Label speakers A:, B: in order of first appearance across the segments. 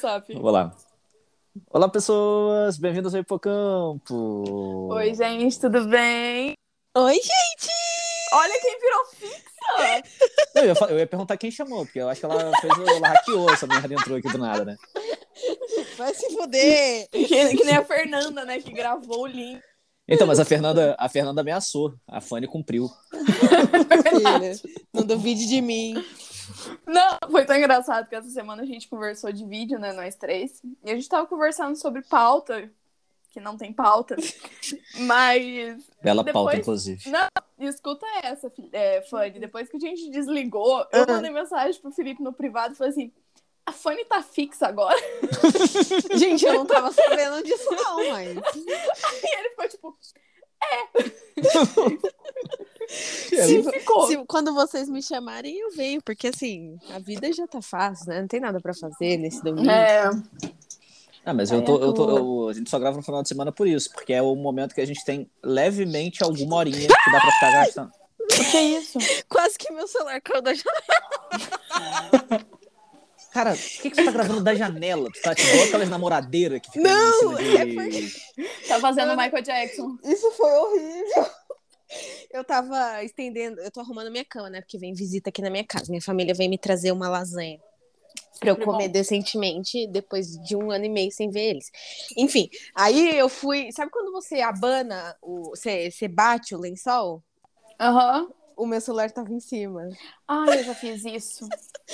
A: WhatsApp.
B: Vamos lá. Olá, pessoas! Bem-vindos ao Hipocampo!
A: Oi, gente, tudo bem?
C: Oi, gente!
A: Olha quem virou fixa!
B: Não, eu, ia, fa- eu ia perguntar quem chamou, porque eu acho que ela fez o- ela hackeou essa merda entrou aqui do nada, né?
C: Vai se fuder!
A: Que, que nem a Fernanda, né, que gravou o link.
B: Então, mas a Fernanda, a Fernanda ameaçou, a Fanny cumpriu.
C: É Filha, não duvide de mim.
A: Não, foi tão engraçado que essa semana a gente conversou de vídeo, né, nós três. E a gente tava conversando sobre pauta, que não tem pauta. Mas
B: Bela
A: Depois-
B: pauta, inclusive.
A: Escuta essa, fi- é, Fanny. Depois que a gente desligou, eu mandei mensagem pro Felipe no privado e falei assim: a Fanny tá fixa agora.
C: Gente, eu não tava sabendo disso, não, mas.
A: E ele ficou tipo:
C: Se-
B: É,
A: sim, ficou.
C: se- quando vocês me chamarem, eu venho, porque assim, a vida já tá fácil, né? Não tem nada pra fazer nesse domingo.
A: É,
B: Ah, mas eu tô, eu tô, eu- a gente só grava no final de semana por isso, porque é o momento que a gente tem levemente alguma horinha que dá pra ficar gastando.
A: que é isso?
C: Quase que meu celular caiu da janela.
B: Cara, por que, que você tá gravando da janela? Tu tá tipo igual aquelas namoradeiras que ficam
C: Não,
A: é
B: em cima de...
A: Tá fazendo Michael Jackson.
C: Isso foi horrível. Eu tava estendendo, eu tô arrumando minha cama, né? Porque vem visita aqui na minha casa. Minha família vem me trazer uma lasanha. pra eu
A: Sempre
C: comer
A: Tá bom.
C: decentemente depois de um ano e meio sem ver eles. Enfim, aí eu fui. Sabe quando você abana, o, você, você bate o lençol?
A: Aham.
C: O meu celular tava em cima.
A: Ai, eu já fiz isso.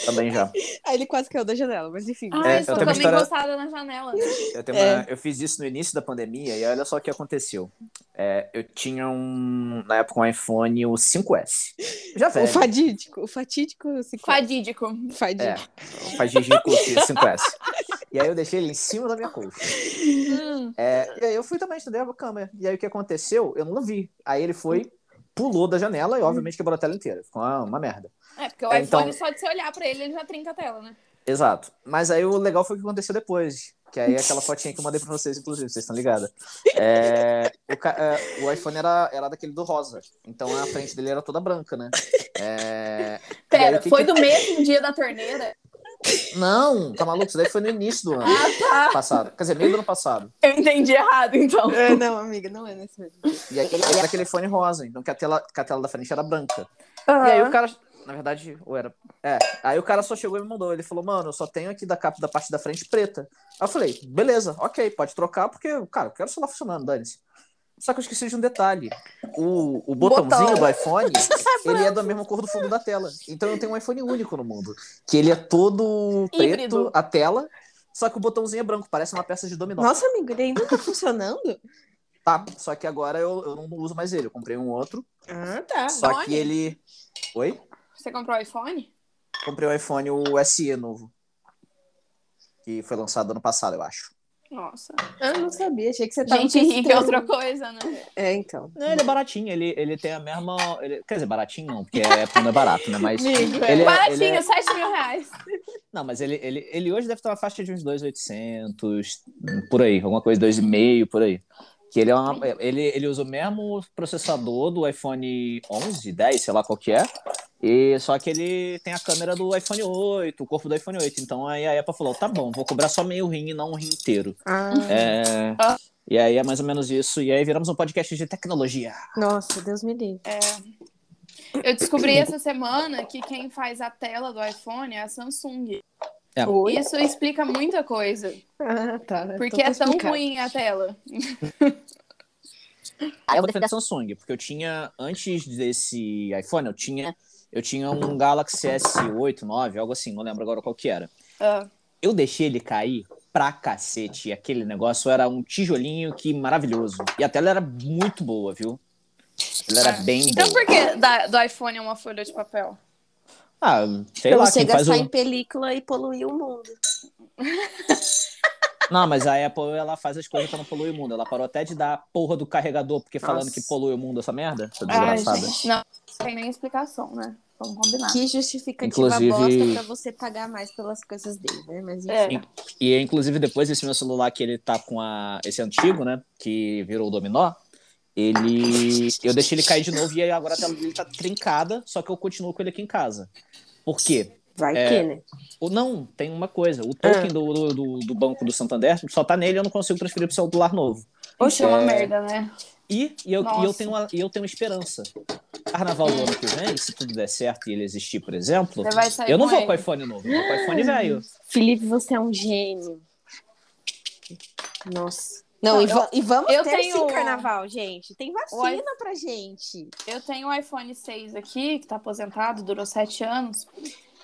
B: Também já.
C: Aí ele quase caiu da janela, mas enfim.
A: Ai, Ah, eu
B: É,
A: tô
B: eu tenho uma
A: também
B: história-
A: encostada na janela. Né?
B: Eu, tenho uma- eu fiz isso no início da pandemia e olha só o que aconteceu. É, eu tinha um, na época, um iPhone o 5S. Já
C: o
B: velho.
C: fadídico, o fatídico se
A: Fadídico.
B: É,
C: fadídico.
B: assim, o Fajijico 5S. E aí eu deixei ele em cima da minha colcha.
A: Hum.
B: É, e aí eu fui também estudei a câmera. E aí o que aconteceu? Eu não vi. Aí ele foi, pulou da janela e obviamente quebrou a tela inteira. Ficou uma, uma merda.
A: É, porque o
B: É,
A: iPhone,
B: então-
A: só de você olhar pra ele, ele já trinca a tela, né?
B: Exato. Mas aí o legal foi o que aconteceu depois. Que aí é aquela fotinha que eu mandei pra vocês, inclusive, vocês estão ligados. É, o, ca- é, o iPhone era, era daquele do rosa. Então a frente dele era toda branca, né? É, E aí,
A: Pera,
B: o que
A: foi
B: que-
A: do mesmo dia da torneira?
B: Não, tá maluco? Isso daí foi no início do ano
A: Ah, tá.
B: passado. Quer dizer, meio do ano passado.
A: Eu entendi errado, então.
C: É, não, amiga, não é nesse mesmo.
B: E aí, era aquele fone rosa, então que a tela, que a tela da frente era branca.
A: Ah.
B: E aí o cara, na verdade, ou era. É, aí o cara só chegou e me mandou. Ele falou, mano, eu só tenho aqui da capa da parte da frente preta. Aí eu falei, beleza, ok, pode trocar, porque, cara, eu quero o celular funcionando, dane-se. Só que eu esqueci de um detalhe. O, o botãozinho
A: Botão.
B: do iPhone, ele é da mesma cor do fundo da tela. Então eu tenho um iPhone único no mundo. Que ele é todo preto,
A: Híbrido.
B: a tela, só que o botãozinho é branco, parece uma peça de dominó.
C: Nossa, amigo, ele ainda tá funcionando?
B: Tá, só que agora eu, eu não uso mais ele. Eu comprei um outro,
C: Ah, tá.
B: só que
A: Sony?
B: ele... Oi?
A: Você comprou o iPhone?
B: Comprei o iPhone o SE novo. Que foi lançado ano passado, eu acho.
A: Nossa.
C: Ah, não sabia, achei que você tava
A: Gente rica é
C: testando.
A: outra coisa, né?
C: É, então.
B: Não, ele é baratinho, ele, ele tem a mesma. ele- quer dizer, baratinho não, porque a Apple não é barato, né? Mas.
C: Amigo,
B: Ele é-
A: Baratinho,
B: ele é-
A: 7 mil reais.
B: Não, mas ele, ele, ele hoje deve estar na faixa de uns 2,800, por aí, alguma coisa, 2,5 por aí. Que ele, é uma, ele, ele usa o mesmo processador do iPhone 11, 10, sei lá qual que é. E, só que ele tem a câmera do iPhone 8, o corpo do iPhone 8. Então aí a Apple falou: tá bom, vou cobrar só meio rim e não um rim inteiro.
C: Ah,
B: É,
A: Ah.
B: E aí é mais ou menos isso. E aí viramos um podcast de tecnologia.
A: É.
C: Nossa, Deus me livre.
A: Eu descobri essa semana que quem faz a tela do iPhone é a Samsung.
B: É.
C: Oi?
A: Isso explica muita coisa.
C: Ah, tá.
A: Porque é tão ruim a tela.
C: Ah,
B: eu vou defender a Samsung, porque eu tinha, antes desse iPhone, eu tinha, eu tinha um Galaxy S8, 9, algo assim, não lembro agora qual que era.
A: Ah,
B: Eu deixei ele cair pra cacete. E aquele negócio era um tijolinho que maravilhoso. E a tela era muito boa, viu? Ela era
C: É.
A: Ah.
B: bem
A: Então
B: boa.
A: por que da- do iPhone é uma folha de papel?
B: Ah, sei
C: Pra
B: lá,
C: você
B: quem faz um
C: gastar
B: o...
C: em película e poluir o mundo.
B: Não, mas a Apple, ela faz as coisas pra não poluir o mundo. Ela parou até de dar a porra do carregador, porque falando
C: Nossa.
B: que polui o mundo essa merda. Essa
A: Ai,
B: desgraçada.
A: gente, não não tem nem explicação, né? Vamos combinar.
C: Que justificativa
B: Inclusive-
C: bosta pra você pagar mais pelas coisas dele, né? Mas enfim.
A: É.
B: E inclusive depois esse meu celular que ele tá com a esse antigo, né, que virou o dominó, ele eu deixei ele cair de novo e aí agora a tela dele tá trincada, só que eu continuo com ele aqui em casa. Por quê?
C: Vai
B: É.
C: que, né?
B: Ou não, tem uma coisa. O
A: É.
B: token do, do- do, do banco do Santander só tá nele, eu não consigo transferir pro celular novo.
A: Poxa, é uma
B: É.
A: merda, né?
B: E, e eu, e eu,
A: Nossa.
B: tenho uma- e eu tenho esperança. Carnaval do ano que vem, se tudo der certo e ele existir, por exemplo,
A: Você vai sair
B: eu não
A: com um
B: vou
A: ele.
B: com iPhone novo, eu vou com iPhone velho.
C: Felipe, você é um gênio. Nossa. Não,
A: Não,
C: e, va- e vamos
A: eu
C: ter
A: tenho-
C: sim carnaval, gente. Tem vacina
A: Oi.
C: pra gente.
A: Eu tenho o iPhone 6 aqui, que tá aposentado, durou 7 anos.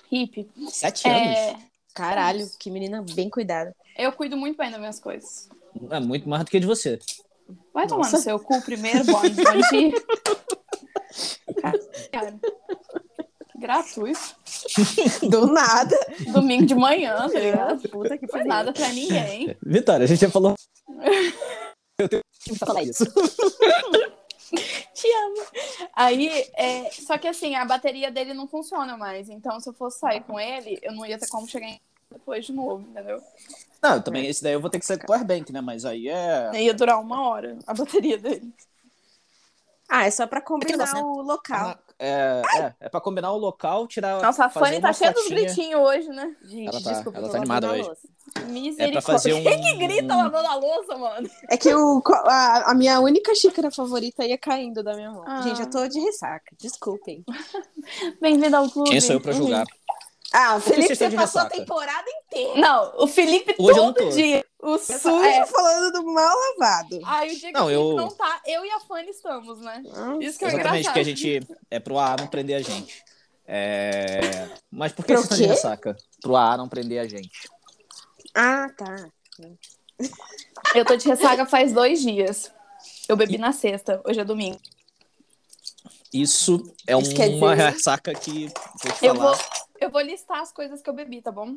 A: Hip.
B: Sete
A: É,
B: anos.
C: Caralho, que menina bem cuidada.
A: eu cuido muito bem das minhas coisas.
B: É muito mais do que de você.
A: Vai tomar
C: Nossa.
A: no seu cu primeiro, bom, bom dia. Cara, que gratuito.
C: Do nada.
A: Domingo de manhã, tá
C: "Ah,
A: ligado? Puta que faz nada pra ninguém.
B: Vitória, a gente já falou. eu tenho que falar isso.
A: Te amo. Aí, é, só que assim, a bateria dele não funciona mais. Então, se eu fosse sair com ele, eu não ia ter como chegar em casa depois de novo, entendeu?
B: Não, eu
A: É.
B: também esse daí eu vou ter que sair com o Powerbank, né? Mas aí é.
A: Ia durar uma hora a bateria dele.
C: Ah, é só pra combinar
B: negócio, né?
C: o local.
B: É, é, é pra combinar o local, tirar.
A: Nossa, a
B: fazer
A: Fanny
B: uma
A: tá cheia dos
B: fotinha.
A: gritinhos hoje, né?
C: Gente,
B: Ela tá-
C: desculpa.
B: ela tá
C: eu tô
B: animada
C: lavando
B: hoje.
C: a louça.
B: É
A: Misericórdia.
B: pra fazer um.
A: Quem que grita lavando a louça, mano?
C: É que o, co- a, a minha única xícara favorita ia caindo da minha mão.
A: Ah.
C: Gente, eu tô de ressaca. Desculpem.
A: Bem-vindo ao clube.
B: Quem sou eu pra julgar?
C: Ah, o
B: que
C: Felipe,
B: vocês estão
C: você
B: de
C: passou a
B: ressaca?
C: temporada inteira.
A: Não, o Felipe
B: Hoje eu não
A: todo
B: tô.
A: dia.
C: O sujo
A: É.
C: falando do mal lavado.
A: Aí o dia que
B: Não,
A: o Felipe
B: eu-
A: não tá, eu e a Fanny estamos, né? Isso que é
B: Exatamente,
A: engraçado.
B: que a gente. É pro A não prender a gente. É... Mas por que
C: Pro
B: vocês estão de
C: quê?
B: ressaca? Pro A não prender a gente.
C: Ah, tá.
A: Eu tô de ressaca faz dois dias. Eu bebi na sexta, hoje é domingo.
B: Isso é
C: Isso quer
B: uma
C: dizer-
B: ressaca que. Vou te
A: Eu
B: falar.
A: vou, eu vou listar as coisas que eu bebi, tá bom?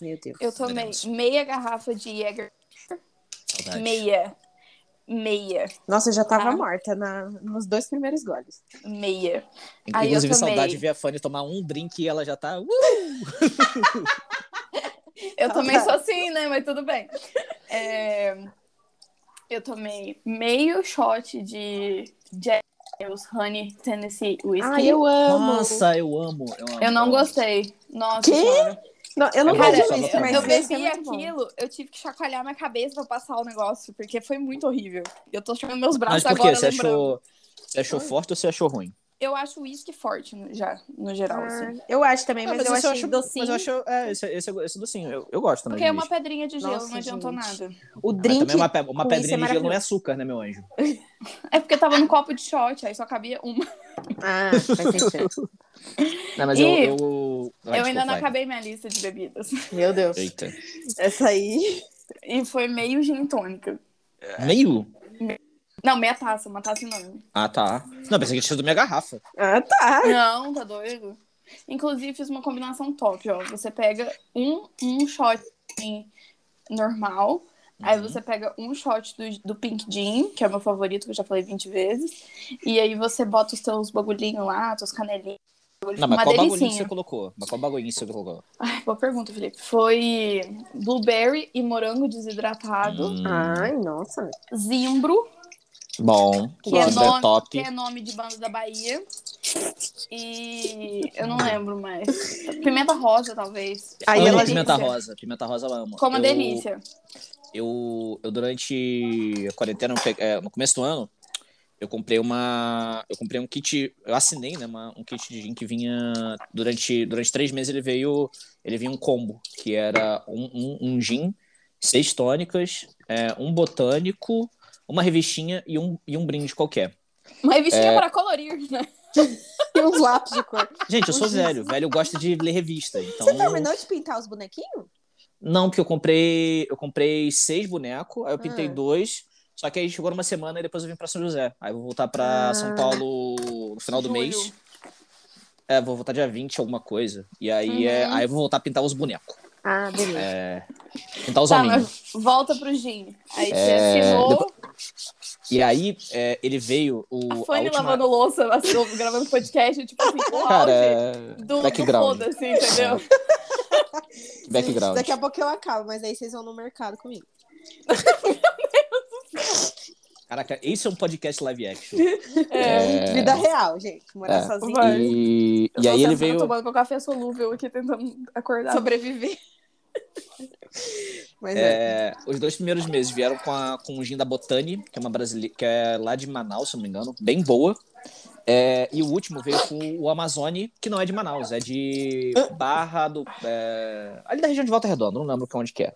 C: Meu Deus.
A: Eu tomei
B: Beleza.
A: meia garrafa de Jäger.
B: Saudade.
A: Meia. Meia.
C: Nossa, eu já tava
A: Ah.
C: morta na, nos dois primeiros goles.
A: Meia. Aí eu
B: Inclusive,
A: tomei.
B: saudade de ver a Fanny tomar um drink e ela já tá. uh,
A: Eu também sou
C: Saudade.
A: assim, né? Mas tudo bem. É, Eu tomei meio shot de Jack Daniel's Honey Tennessee Whiskey.
C: Ai, eu amo.
B: Nossa, eu amo. Eu, amo,
A: Eu não
B: amo.
A: gostei. Nossa,
C: Quê?
A: senhora.
C: Não, eu não
B: Cara,
C: gosto de
B: eu-
C: whisky, mas é
A: eu
B: esse
A: bebi aquilo, eu tive que chacoalhar minha cabeça pra passar o negócio, porque foi muito horrível. Eu tô chamando meus braços
B: Mas por
A: agora,
B: quê? Você
A: lembrando.
B: achou, você achou forte ou você achou ruim?
A: Eu acho uísque forte, no, já, no geral, assim.
C: Ah, eu acho também, mas, eu
B: esse
C: achei docinho.
B: Mas eu acho. É, esse, esse, esse docinho. Eu, eu gosto também.
A: Porque é
B: de
A: uma
B: uísque.
A: pedrinha de gelo,
C: Nossa,
A: não adiantou
C: gente.
A: nada.
C: O
B: Mas
C: drink...
B: também é uma, pe- uma
C: com
B: pedrinha
C: uísque é
B: de gelo não é açúcar, né, meu anjo?
A: É porque tava num copo de shot, aí só cabia uma.
C: Ah, faz sentido.
B: Não, mas
A: E
B: eu. Eu, Ai,
A: eu ainda
B: desculpa,
A: não
B: vai.
A: acabei minha lista de bebidas.
C: Meu Deus.
B: Eita.
C: Essa aí...
A: E foi meio gin tônica.
B: Meio?
A: Não, meia taça, uma taça enorme.
B: Ah, tá. Não, pensei que tinha sido minha garrafa.
C: Ah, tá.
A: Não, tá doido? Inclusive, fiz uma combinação top, ó. Você pega um, um shot assim, normal, aí você pega um shot do, do Pink Gin, que é o meu favorito, que eu já falei 20 vezes, e aí você bota os teus bagulhinhos lá, suas canelinhas, bagulho,
B: Não, mas
A: uma
B: qual bagulhinho
A: delicinha.
B: você colocou? Mas qual bagulhinho você colocou?
A: Ai, boa pergunta, Felipe. Foi blueberry e morango desidratado,
B: Hum,
C: Ai, nossa.
A: zimbro,
B: Bom,
A: Que
B: Gosto,
A: é nome-
B: top.
A: que é nome de banda da Bahia. E eu não lembro mais. Pimenta rosa, talvez.
C: Aí
B: Amo
C: ela-
B: pimenta rosa. Pimenta rosa ela ama.
A: Ficou uma
B: Eu-
A: delícia.
B: Eu, eu durante a quarentena, eu pe- é, no começo do ano, eu comprei uma. Eu comprei um kit. Eu assinei, né? uma- um kit de gin que vinha. Durante, durante três meses ele veio. Ele vinha um combo, que era um, um, um gin, seis tônicas, é, um botânico, uma revistinha e um, e um brinde qualquer.
A: Uma
B: É.
A: revistinha para colorir, né?
C: Tem uns lápis de cor.
B: Gente, eu sou
C: Jesus.
B: velho. Velho gosta de ler revista. Então...
C: Você terminou de pintar os bonequinhos?
B: Não, porque eu comprei. Eu comprei seis bonecos, aí eu pintei
C: Ah.
B: dois. Só que aí chegou numa semana e depois eu vim pra São José. Aí eu vou voltar pra
C: Ah.
B: São Paulo no final do
A: Julho.
B: mês. É, vou voltar dia 20, alguma coisa. E aí, é,
A: Uhum.
B: aí eu vou voltar a pintar os bonecos. É,
C: Ah, beleza.
B: Pintar os
A: Tá,
B: hominhos.
A: mas volta pro Gin. Aí você
B: É,
A: assinou,
B: E aí, é, ele veio. O,
A: a
B: a
A: Fanny
B: última...
A: lavando louça, assinou, gravando podcast, tipo assim, o
B: Cara,
A: auge
B: é,
A: do, do
B: background.
A: foda-se, entendeu?
B: É, background.
C: Daqui a pouco eu acabo, mas aí vocês vão no mercado comigo.
B: Caraca, esse é um podcast live action.
A: É.
B: É.
C: Vida real, gente. Morar
B: É.
C: sozinho.
A: Vai.
B: E,
A: Eu
B: e
A: tô
B: aí ele
A: sentando,
B: veio.
A: tomando meu café solúvel aqui, tentando acordar.
C: Sobreviver. Mas é.
B: é, os dois primeiros meses vieram com, a, com o gin da Botani, que é uma brasileira, que é lá de Manaus, se eu não me engano, bem boa. É, e o último veio com o Amazone, que não é de Manaus, é de Barra do. é, ali da região de Volta Redonda, não lembro que onde que é.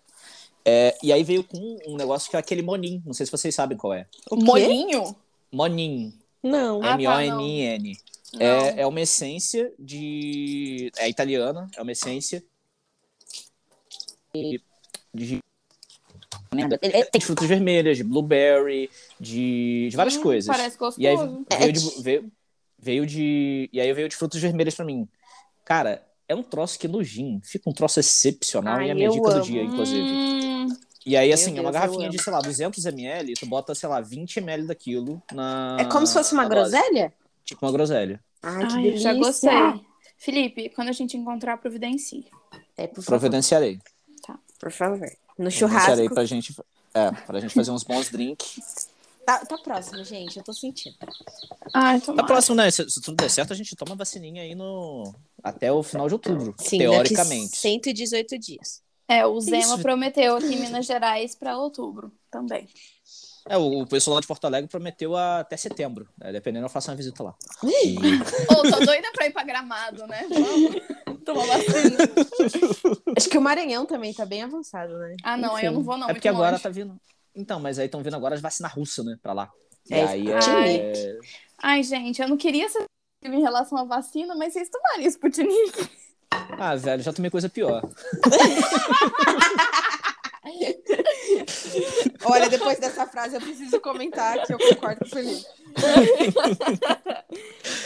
B: É, e aí veio com um negócio que é aquele Monin, não sei se vocês sabem qual é.
C: O
A: Molinho?
B: Monin,
C: Não.
A: Ah, tá,
B: M-O-N-I-N.
A: Não.
B: É, é uma essência de. É italiana, é uma essência. de- De.
C: Né?
B: Merda. É- é- Tem de frutas vermelhas, de blueberry, de, de várias
A: Hum,
B: coisas.
A: Parece gostoso.
B: E aí
C: É,
B: veio
C: ti-
B: de, veio, veio de. E aí veio de frutas vermelhas pra mim. Cara, é um troço que no gin fica um troço excepcional
C: Ai,
B: e é a minha
C: eu
B: dica
C: amo.
B: do dia, inclusive.
A: Hum,
B: E aí, assim, é
C: Meu
B: uma
C: Deus, eu
B: garrafinha
C: amo.
B: de, sei lá, 200ml, tu bota, sei lá, 20ml daquilo na.
C: É como se fosse uma
B: na dose.
C: groselha?
B: Tipo uma groselha.
C: Ai,
A: ai, já gostei. Felipe, quando a gente encontrar, providencie.
C: É, por favor.
B: Providenciarei.
C: Por favor. No
B: Providenciarei
C: churrasco.
B: pra gente, é, pra gente fazer uns bons drinks.
C: Tá, tá próximo, gente. Eu tô sentindo.
A: Ai,
B: Tá
A: tomara.
B: próximo, né? Se, se tudo der certo, a gente toma vacininha aí no... até o final de outubro,
C: Sim, daqui
B: teoricamente.
C: 118 dias.
A: É, o Zema
B: Isso.
A: prometeu aqui em Minas Gerais pra outubro também.
B: É, o o pessoal lá de Porto Alegre prometeu até setembro. né? Dependendo, eu faço uma visita lá. E-
A: Ô, tô doida pra ir pra Gramado, né? Vamos tomar vacina.
C: Acho que o Maranhão também tá bem avançado, né?
A: Ah, não, aí eu não vou não.
B: é
A: muito
B: porque agora
A: longe.
B: tá vindo. Então, mas aí estão vindo agora as vacinas russas, né? Pra lá. E
C: É,
B: aí é...
C: Sputnik.
A: Ai, gente, eu não queria ser em relação à vacina, mas vocês tomarem Sputnik.
B: Ah, velho, já tomei coisa pior.
C: Olha, depois dessa frase eu preciso comentar que eu concordo com o Felipe.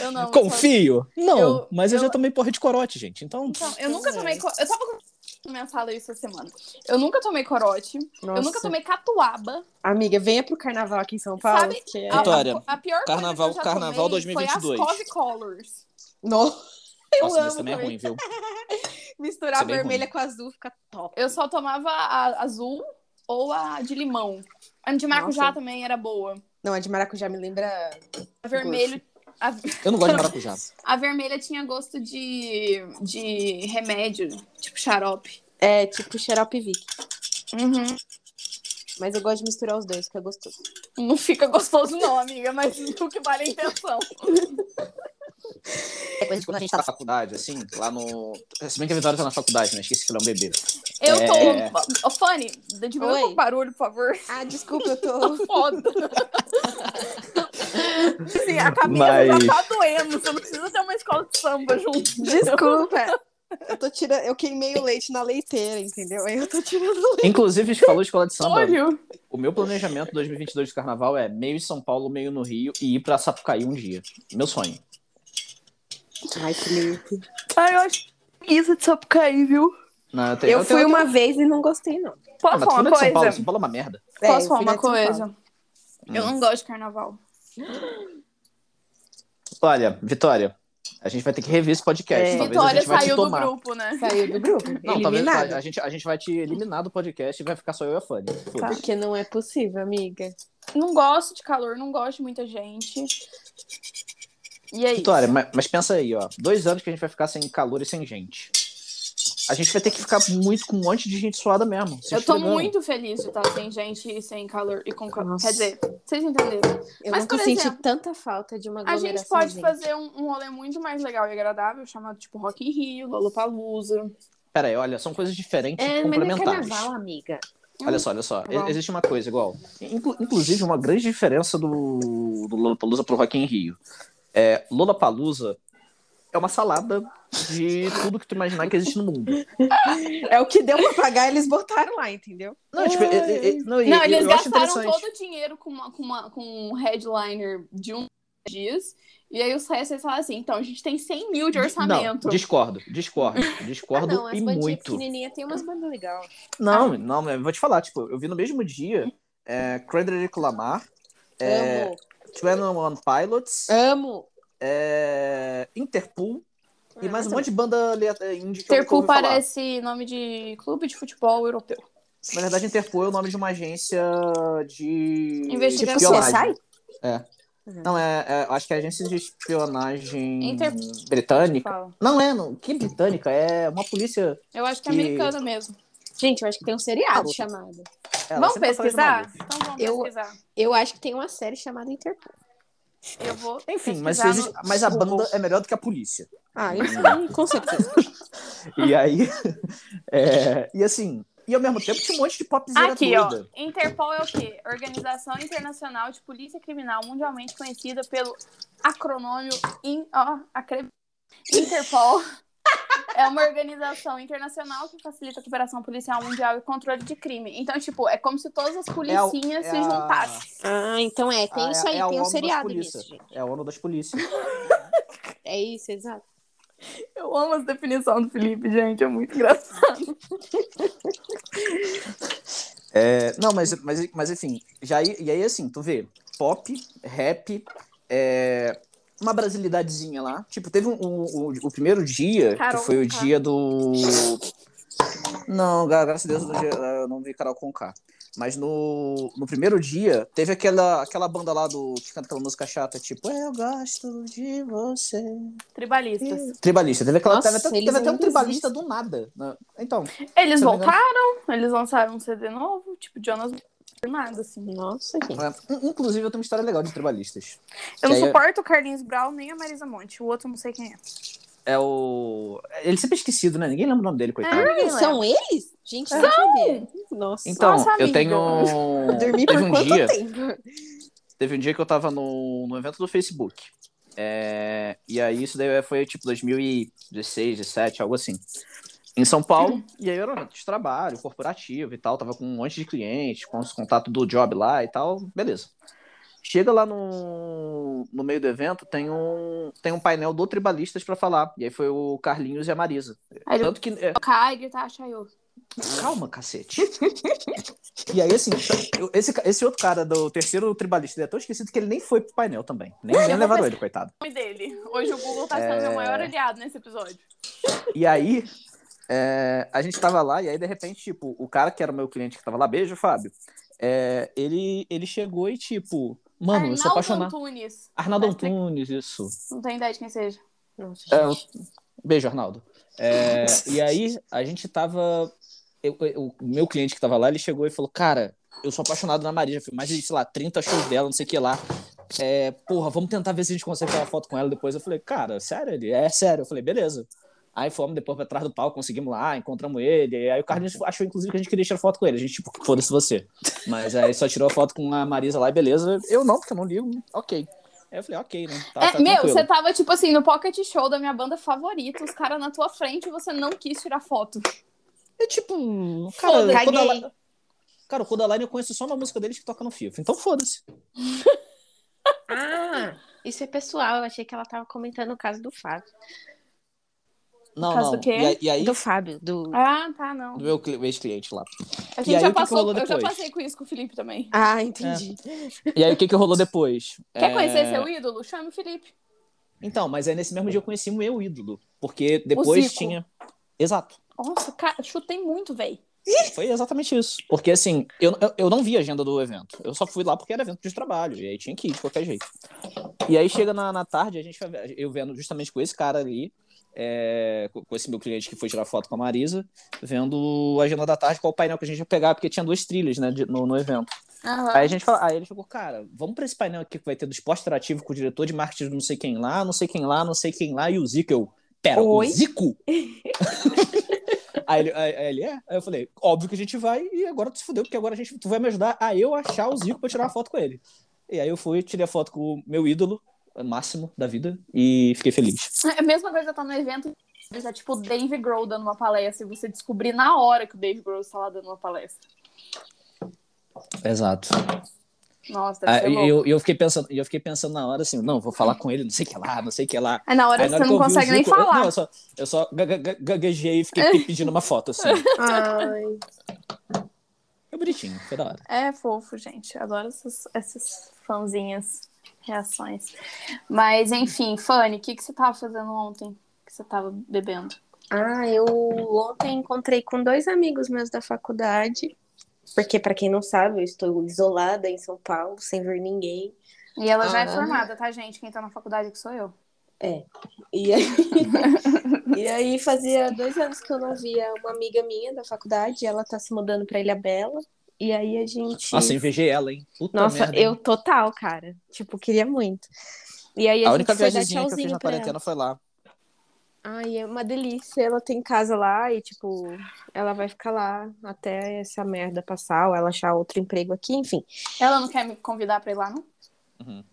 A: Eu não.
B: Confio? Não,
A: eu-
B: mas eu,
A: eu-
B: já tomei porra de corote, gente. Então.
A: Então, eu nunca tomei. co- Eu tava conversando na minha sala isso essa semana. Eu nunca tomei corote. Eu nunca tomei catuaba.
C: Amiga, venha pro carnaval aqui em São Paulo.
A: Sabe-
C: que é-
A: A- a-
B: Vitória,
A: a, pior
B: carnaval-
A: coisa que eu já
B: carnaval
A: tomei
B: 2022.
A: Foi as Cove Colors.
C: No-
A: Eu
B: Nossa, mas
A: amo
B: também é
A: também.
B: ruim, viu?
C: Misturar
B: Isso é bem
C: vermelha com azul fica top.
A: Eu só tomava a azul ou a de limão. A de maracujá
C: Nossa.
A: também era boa.
C: Não, a de maracujá me lembra.
A: A vermelho. A,
B: Eu não gosto de maracujá.
A: a vermelha tinha gosto de, de remédio, tipo xarope.
C: É tipo xarope Vic.
A: Uhum.
C: Mas eu gosto de misturar os dois, fica gostoso.
A: Não fica gostoso, não, amiga, mas o que vale é a intenção.
C: É coisa de quando a gente
B: tá na faculdade, assim, lá no. Se bem que a Vitória tá na faculdade, né? Esqueci que ela é um bebê.
A: Eu
B: É.
A: tô. Ô, Fanny, diminui um
C: Oi.
A: pouco o barulho, por favor.
C: Ah, desculpa, eu tô.
A: Foda. Assim, a cabeça
B: Mas-
A: já tá doendo. Você não precisa ter uma escola de samba junto.
C: Desculpa. Eu tô tirando. Eu queimei o leite na leiteira, entendeu? Aí eu tô tirando o leite.
B: Inclusive, a gente falou de escola de samba.
A: Olho.
B: O meu planejamento 2022 de carnaval é meio em São Paulo, meio no Rio e ir pra Sapucaí um dia. Meu sonho.
C: Ai, Felipe.
A: Ai, eu acho isso de Sapucaí, viu?
B: Não, eu tenho-
C: Eu
B: eu tenho-
C: fui uma vez e não gostei, não.
B: Ah,
A: Posso
B: mas tu
A: falar
B: não
A: uma
B: é de São Paulo,
A: coisa?
B: São Paulo é uma merda.
A: Posso falar
C: eu fui
A: uma
C: de São Paulo.
A: coisa? Eu não gosto de carnaval.
B: Olha, Vitória, a gente vai ter que rever esse podcast.
C: É.
B: Talvez a
A: Vitória
B: gente vai te
A: saiu do
B: tomar.
A: grupo, né?
C: Saiu do grupo.
B: Não, talvez
C: eliminada.
B: a gente, a gente vai te eliminar do podcast e vai ficar só eu e a Fanny.
A: Tá.
B: Foda-se.
C: Porque não é possível, amiga.
A: Não gosto de calor, não gosto de muita gente. E é aí?
B: Vitória, ma- mas, pensa aí, ó. Dois anos que a gente vai ficar sem calor e sem gente. A gente vai ter que ficar muito com um monte de gente suada mesmo. se
A: Eu tô
B: esfregando.
A: muito feliz de estar sem gente e sem calor e com calor.
C: Nossa.
A: Quer dizer, vocês entenderam.
C: Eu
A: Mas,
C: nunca
A: por
C: senti
A: exemplo,
C: tanta falta de uma
A: A
C: aglomeração.
A: gente pode
C: gente.
A: fazer um, um rolê muito mais legal e agradável, chamado tipo Rock in Rio, Lollapalooza.
B: Pera aí, olha, são coisas diferentes e
C: É, mas é
B: complementares.
C: carnaval, amiga.
B: Olha só, olha só.
A: né? Tá
B: E-
A: bom.
B: Existe uma coisa igual. Inclu- inclusive, uma grande diferença do, do Lollapalooza pro Rock in Rio. É, Lollapalooza é uma salada de tudo que tu imaginar que existe no mundo.
C: É o que deu pra pagar, eles botaram lá, entendeu?
B: Não, tipo, e- e- e- não, e-
A: Não,
B: e
A: eles
B: eu acho
A: gastaram
B: interessante.
A: todo o dinheiro com, uma- com, uma- com um headliner de um dias. E aí os restos falam assim, então, a gente tem 100 mil de orçamento. Ah,
B: Não, discordo, discordo, discordo
C: Ah, não, as
B: e
C: bandinhas
B: muito.
C: pequenininhas tem umas bandas legais.
A: Ah.
B: Não, não, eu vou te falar, tipo, eu vi no mesmo dia é, Kendrick Lamar, é,
C: Amo.
B: 21 Pilots,
C: Amo.
B: é, Interpol e
C: Ah,
B: mais um
C: tá
B: monte de banda ale- indie que eu nunca
A: Interpol
B: ouvi falar.
A: parece nome de clube de futebol europeu.
B: Na verdade, Interpol é o nome de uma agência de.
A: Investigação.
B: de espionagem.
C: CSI?
B: É.
C: Uhum.
B: Não, é, é- Acho que é agência de espionagem
A: Inter-
B: britânica.
A: Fala.
B: Não é, não. Que britânica? É uma polícia.
A: Eu acho que é
B: Que-
A: americana mesmo.
C: Gente, eu acho que tem um seriado
B: Ah,
C: chamado.
B: Ela
A: vamos
B: sempre tá falando de uma
A: pesquisar?
B: vez.
A: Então vamos
C: Eu-
A: pesquisar.
C: Eu acho que tem uma série chamada Interpol.
A: Eu vou.
B: Enfim, mas,
A: pesquisar
B: existe-
A: no
B: mas a
A: Google.
B: banda é melhor do que a polícia.
C: Ah,
B: Hum.
C: isso com certeza.
B: E aí. é, E assim. E ao mesmo tempo tinha um monte de popzinha
A: Aqui, ó.
B: doida.
A: Interpol é o quê? Organização Internacional de Polícia Criminal, mundialmente conhecida pelo acronômio in, ó, acre- Interpol. É uma organização internacional que facilita a cooperação policial mundial e controle de crime. Então, tipo, é como se todas as policinhas
B: é
A: se
B: a-
A: juntassem.
C: Ah, então é, tem
B: Ah, é-
C: isso aí,
B: é a
C: tem
B: ONU
C: um
B: das
C: seriado
B: polícia.
C: nisso, gente.
B: É a ONU das polícias.
C: É isso, exato.
A: Eu amo as definições do Felipe, gente. É muito engraçado.
B: É, não, mas, mas, mas enfim, já, aí- e aí assim, tu vê, pop, rap, é, uma brasilidadezinha lá. Tipo, teve um, um- um- o primeiro dia,
A: Carol
B: que foi o
A: Conká.
B: dia do. Não, gra- graças a Deus no dia- eu não vi Carol Conká. Mas no, no primeiro dia, teve aquela, aquela banda lá do que canta aquela música chata, tipo, eu gosto de você.
A: Tribalistas.
B: Tribalista. Teve, aquela,
C: Nossa,
B: teve até,
C: eles
B: teve até um
C: ainda
B: tribalista do nada. né? Então,
A: Eles
B: Se eu não me engano-
A: voltaram, eles lançaram um CD novo, tipo, Jonas nada, assim.
C: Nossa, gente.
B: é, in- inclusive, eu tenho uma história legal de tribalistas.
A: Eu não
B: Que aí-
A: suporto o Carlinhos Brown nem a Marisa Monte. O outro eu não sei quem é.
B: É o. Ele sempre é esquecido, né? Ninguém lembra o nome dele, coitado.
C: Ah,
A: É. Ninguém
C: São eles? Gente, não sabia. Nossa.
B: Então,
A: Nossa,
B: eu
A: amiga.
B: tenho.
C: dormi
B: teve
C: por
B: um
C: quanto
B: dia,
C: tempo?
B: Teve um dia que eu tava no, no evento do Facebook. É, E aí isso daí foi tipo 2016, 17, algo assim. Em São Paulo. E aí era um evento de trabalho, corporativo e tal. Tava com um monte de clientes, com os contatos do job lá e tal. Beleza. Chega lá no, no meio do evento, tem um, tem um painel do Tribalistas pra falar. E aí foi o Carlinhos e a Marisa.
A: Aí ele
B: Tanto que. é,
A: tocar e gritar, Chayu.
B: Calma, cacete. e aí, assim, eu- esse, ca- esse outro cara do terceiro tribalista, ele é tão esquecido que ele nem foi pro painel também. Nem, nem
A: Eu vou
B: levaram ele, coitado.
A: nome dele. Hoje o Google tá sendo
B: É.
A: meu maior aliado nesse episódio.
B: E aí, é, a gente tava lá, e aí, de repente, tipo, o cara que era o meu cliente que tava lá, beijo, Fábio, é, ele, ele chegou e, tipo, mano, eu
A: Arnaldo
B: sou apaixonado.
A: Antunes.
B: Arnaldo
A: Mas tem-
B: Antunes, isso.
A: Não tenho ideia de quem seja.
C: Nossa,
B: É, eu- Beijo, Arnaldo. É, e aí, a gente tava. eu- eu- o meu cliente que tava lá, ele chegou e falou: Cara, eu sou apaixonado na Maria, já fui mais de, sei lá, 30 shows dela, não sei o que lá. É, porra, vamos tentar ver se a gente consegue tirar foto com ela depois. Eu falei, cara, sério? Ele, é sério. Eu falei, beleza. Aí fomos depois pra trás do palco, conseguimos lá, encontramos ele. Aí o Carlinhos
A: Uhum.
B: achou, inclusive, que a gente queria tirar foto com ele. A gente, tipo, foda-se você. Mas aí só tirou a foto com a Marisa lá e beleza. Eu não, porque eu não ligo. Ok. Aí eu falei, ok, né? Tá,
A: É,
B: tá
A: meu,
B: tranquilo.
A: você tava, tipo assim, no pocket show da minha banda favorita, os caras na tua frente e você não quis tirar foto.
B: É
C: Hum.
B: tipo,
C: Foda-se.
B: cara, o
C: Caguei.
B: Kodaline- cara, o Kodaline eu conheço só uma música deles que toca no FIFA. Então foda-se.
C: Ah, isso é pessoal. Eu achei que ela tava comentando o caso do Fábio.
B: Não,
A: Caso
B: não.
A: quê?
B: E, a- e aí,
C: Do Fábio, do.
A: Ah, tá, não.
B: do meu cli- ex-cliente lá.
A: A
B: E
A: gente
B: aí,
A: já
B: o que que
A: passou.
B: rolou
A: eu já
B: depois?
A: passei com isso com o Felipe também.
C: Ah, entendi.
B: E aí, o que que rolou depois?
A: Quer
B: É,
A: conhecer seu ídolo? Chame o Felipe.
B: Então, mas aí nesse mesmo dia eu conheci o meu ídolo. Porque depois
A: Zico.
B: tinha. Exato.
A: Nossa, cara, chutei muito, véi.
B: Foi exatamente isso. Porque assim, eu, eu, eu não vi a agenda do evento. Eu só fui lá porque era evento de trabalho. E aí tinha que ir de qualquer jeito. E aí chega na, na tarde, a gente vai ver- eu vendo justamente com esse cara ali, é, com com esse meu cliente que foi tirar foto com a Marisa, vendo a agenda da tarde, qual o painel que a gente ia pegar, porque tinha duas trilhas, né, de- no, no evento.
A: Aham.
B: Aí a gente fala, aí ele chegou, cara, vamos pra esse painel aqui que vai ter do esporte interativo com o diretor de marketing do não sei quem lá, não sei quem lá, não sei quem lá, e o Zico, eu, pera,
C: Oi?
B: o Zico? aí, ele, aí- aí ele, é? Aí eu falei, óbvio que a gente vai, e agora tu se fudeu, porque agora a gente, tu vai me ajudar a eu achar o Zico pra tirar uma foto com ele. E aí eu fui, tirei a foto com o meu ídolo, máximo da vida, e fiquei feliz.
A: É a mesma coisa tá no evento. mas É tipo o Dave Grohl dando uma palestra e você descobrir na hora que o Dave Grohl está lá dando uma palestra.
B: Exato.
A: Nossa, deve
B: Ah,
A: ser
B: e
A: é louco.
B: eu, e eu, fiquei pensando, e eu fiquei pensando na hora assim, não, vou falar com ele, não sei o que lá, não sei o que lá.
A: Aí É, na hora
B: Aí, na
A: você
B: hora que
A: não
B: eu vi o
A: consegue nem
B: Zico, eu-
A: falar.
B: não, eu só, eu só ga- ga- ga- gaguejei e fiquei pedindo uma foto, assim.
C: Ai.
B: Foi bonitinho, foi da hora.
A: É fofo, gente. Adoro essas, essas fãzinhas, reações. Mas enfim, Fanny, o que, que você tava fazendo ontem? Que você tava bebendo?
C: Ah, eu ontem encontrei com dois amigos meus da faculdade. Porque, pra quem não sabe, eu estou isolada em São Paulo, sem ver ninguém.
A: E ela já é
C: Ah.
A: formada, tá, gente? Quem tá na faculdade que sou eu.
C: E aí, e aí fazia dois anos que eu não via uma amiga minha da faculdade, ela tá se mudando pra Ilha Bela. E aí a gente.
B: Nossa, invejei ela, hein? Puta
C: Nossa,
B: merda.
C: eu total, cara. Tipo, queria muito. E aí a,
B: A
C: gente
B: única
C: foi dar
B: viagemzinha que eu fiz
C: tchauzinho
B: na
C: pra ela.
B: quarentena foi lá.
C: Ai, é uma delícia. Ela tem casa lá e, tipo, ela vai ficar lá até essa merda passar ou ela achar outro emprego aqui, enfim.
A: Ela não quer me convidar pra ir lá, não?
B: Uhum.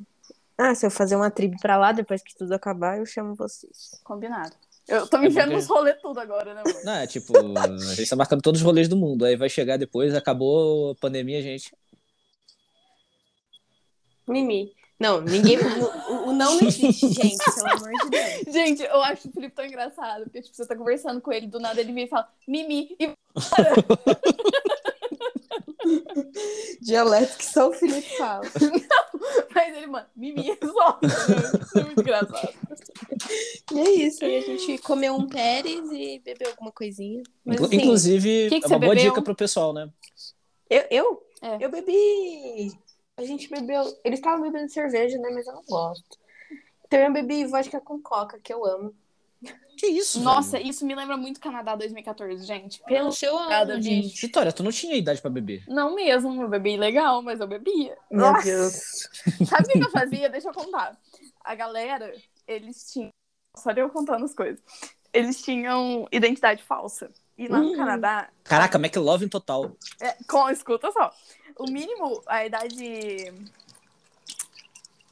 C: Ah, se eu fazer uma tribo pra lá depois que tudo acabar, eu chamo vocês.
A: Combinado. Eu tô me
B: É
A: enfiando
B: porque-
A: nos rolês tudo agora, né, mano?
B: Não, é tipo, a gente tá marcando todos os rolês do mundo. Aí vai chegar depois, acabou a pandemia, gente.
C: Mimi. Não, ninguém. o, o não não existe, gente, pelo amor de Deus.
A: Gente, eu acho o Felipe tão engraçado, porque tipo, você tá conversando com ele, do nada ele vem e fala, Mimi, e
C: Dialeto que só o Felipe fala.
A: faz ele, mano, Mimi resolve. né? Isso é muito engraçado.
C: E é isso. Aí a gente comeu um Pérez e bebeu alguma coisinha. Mas,
B: Inclu-
C: assim,
B: Inclusive,
A: que que
B: é
A: você
B: uma boa
A: bebeu?
B: dica pro pessoal, né?
C: Eu? Eu,
A: É.
C: eu bebi. A gente bebeu. Eles estavam bebendo cerveja, né? Mas eu não gosto. Então eu bebi vodka com coca, que eu amo.
B: Que isso?
A: Nossa, isso me lembra muito Canadá 2014, gente. Pelo
C: Poxa, eu amo,
A: Nada, gente.
B: Vitória, tu não tinha idade pra beber.
A: Não mesmo, eu bebi legal, mas eu bebia.
C: Meu Deus.
A: Sabe o que que eu fazia? Deixa eu contar. A galera, eles tinham. Só eu contando as coisas. Eles tinham identidade falsa. E lá no
C: Hum.
A: Canadá,
B: Caraca, McLovin total.
A: é, com, escuta só. O mínimo, a idade.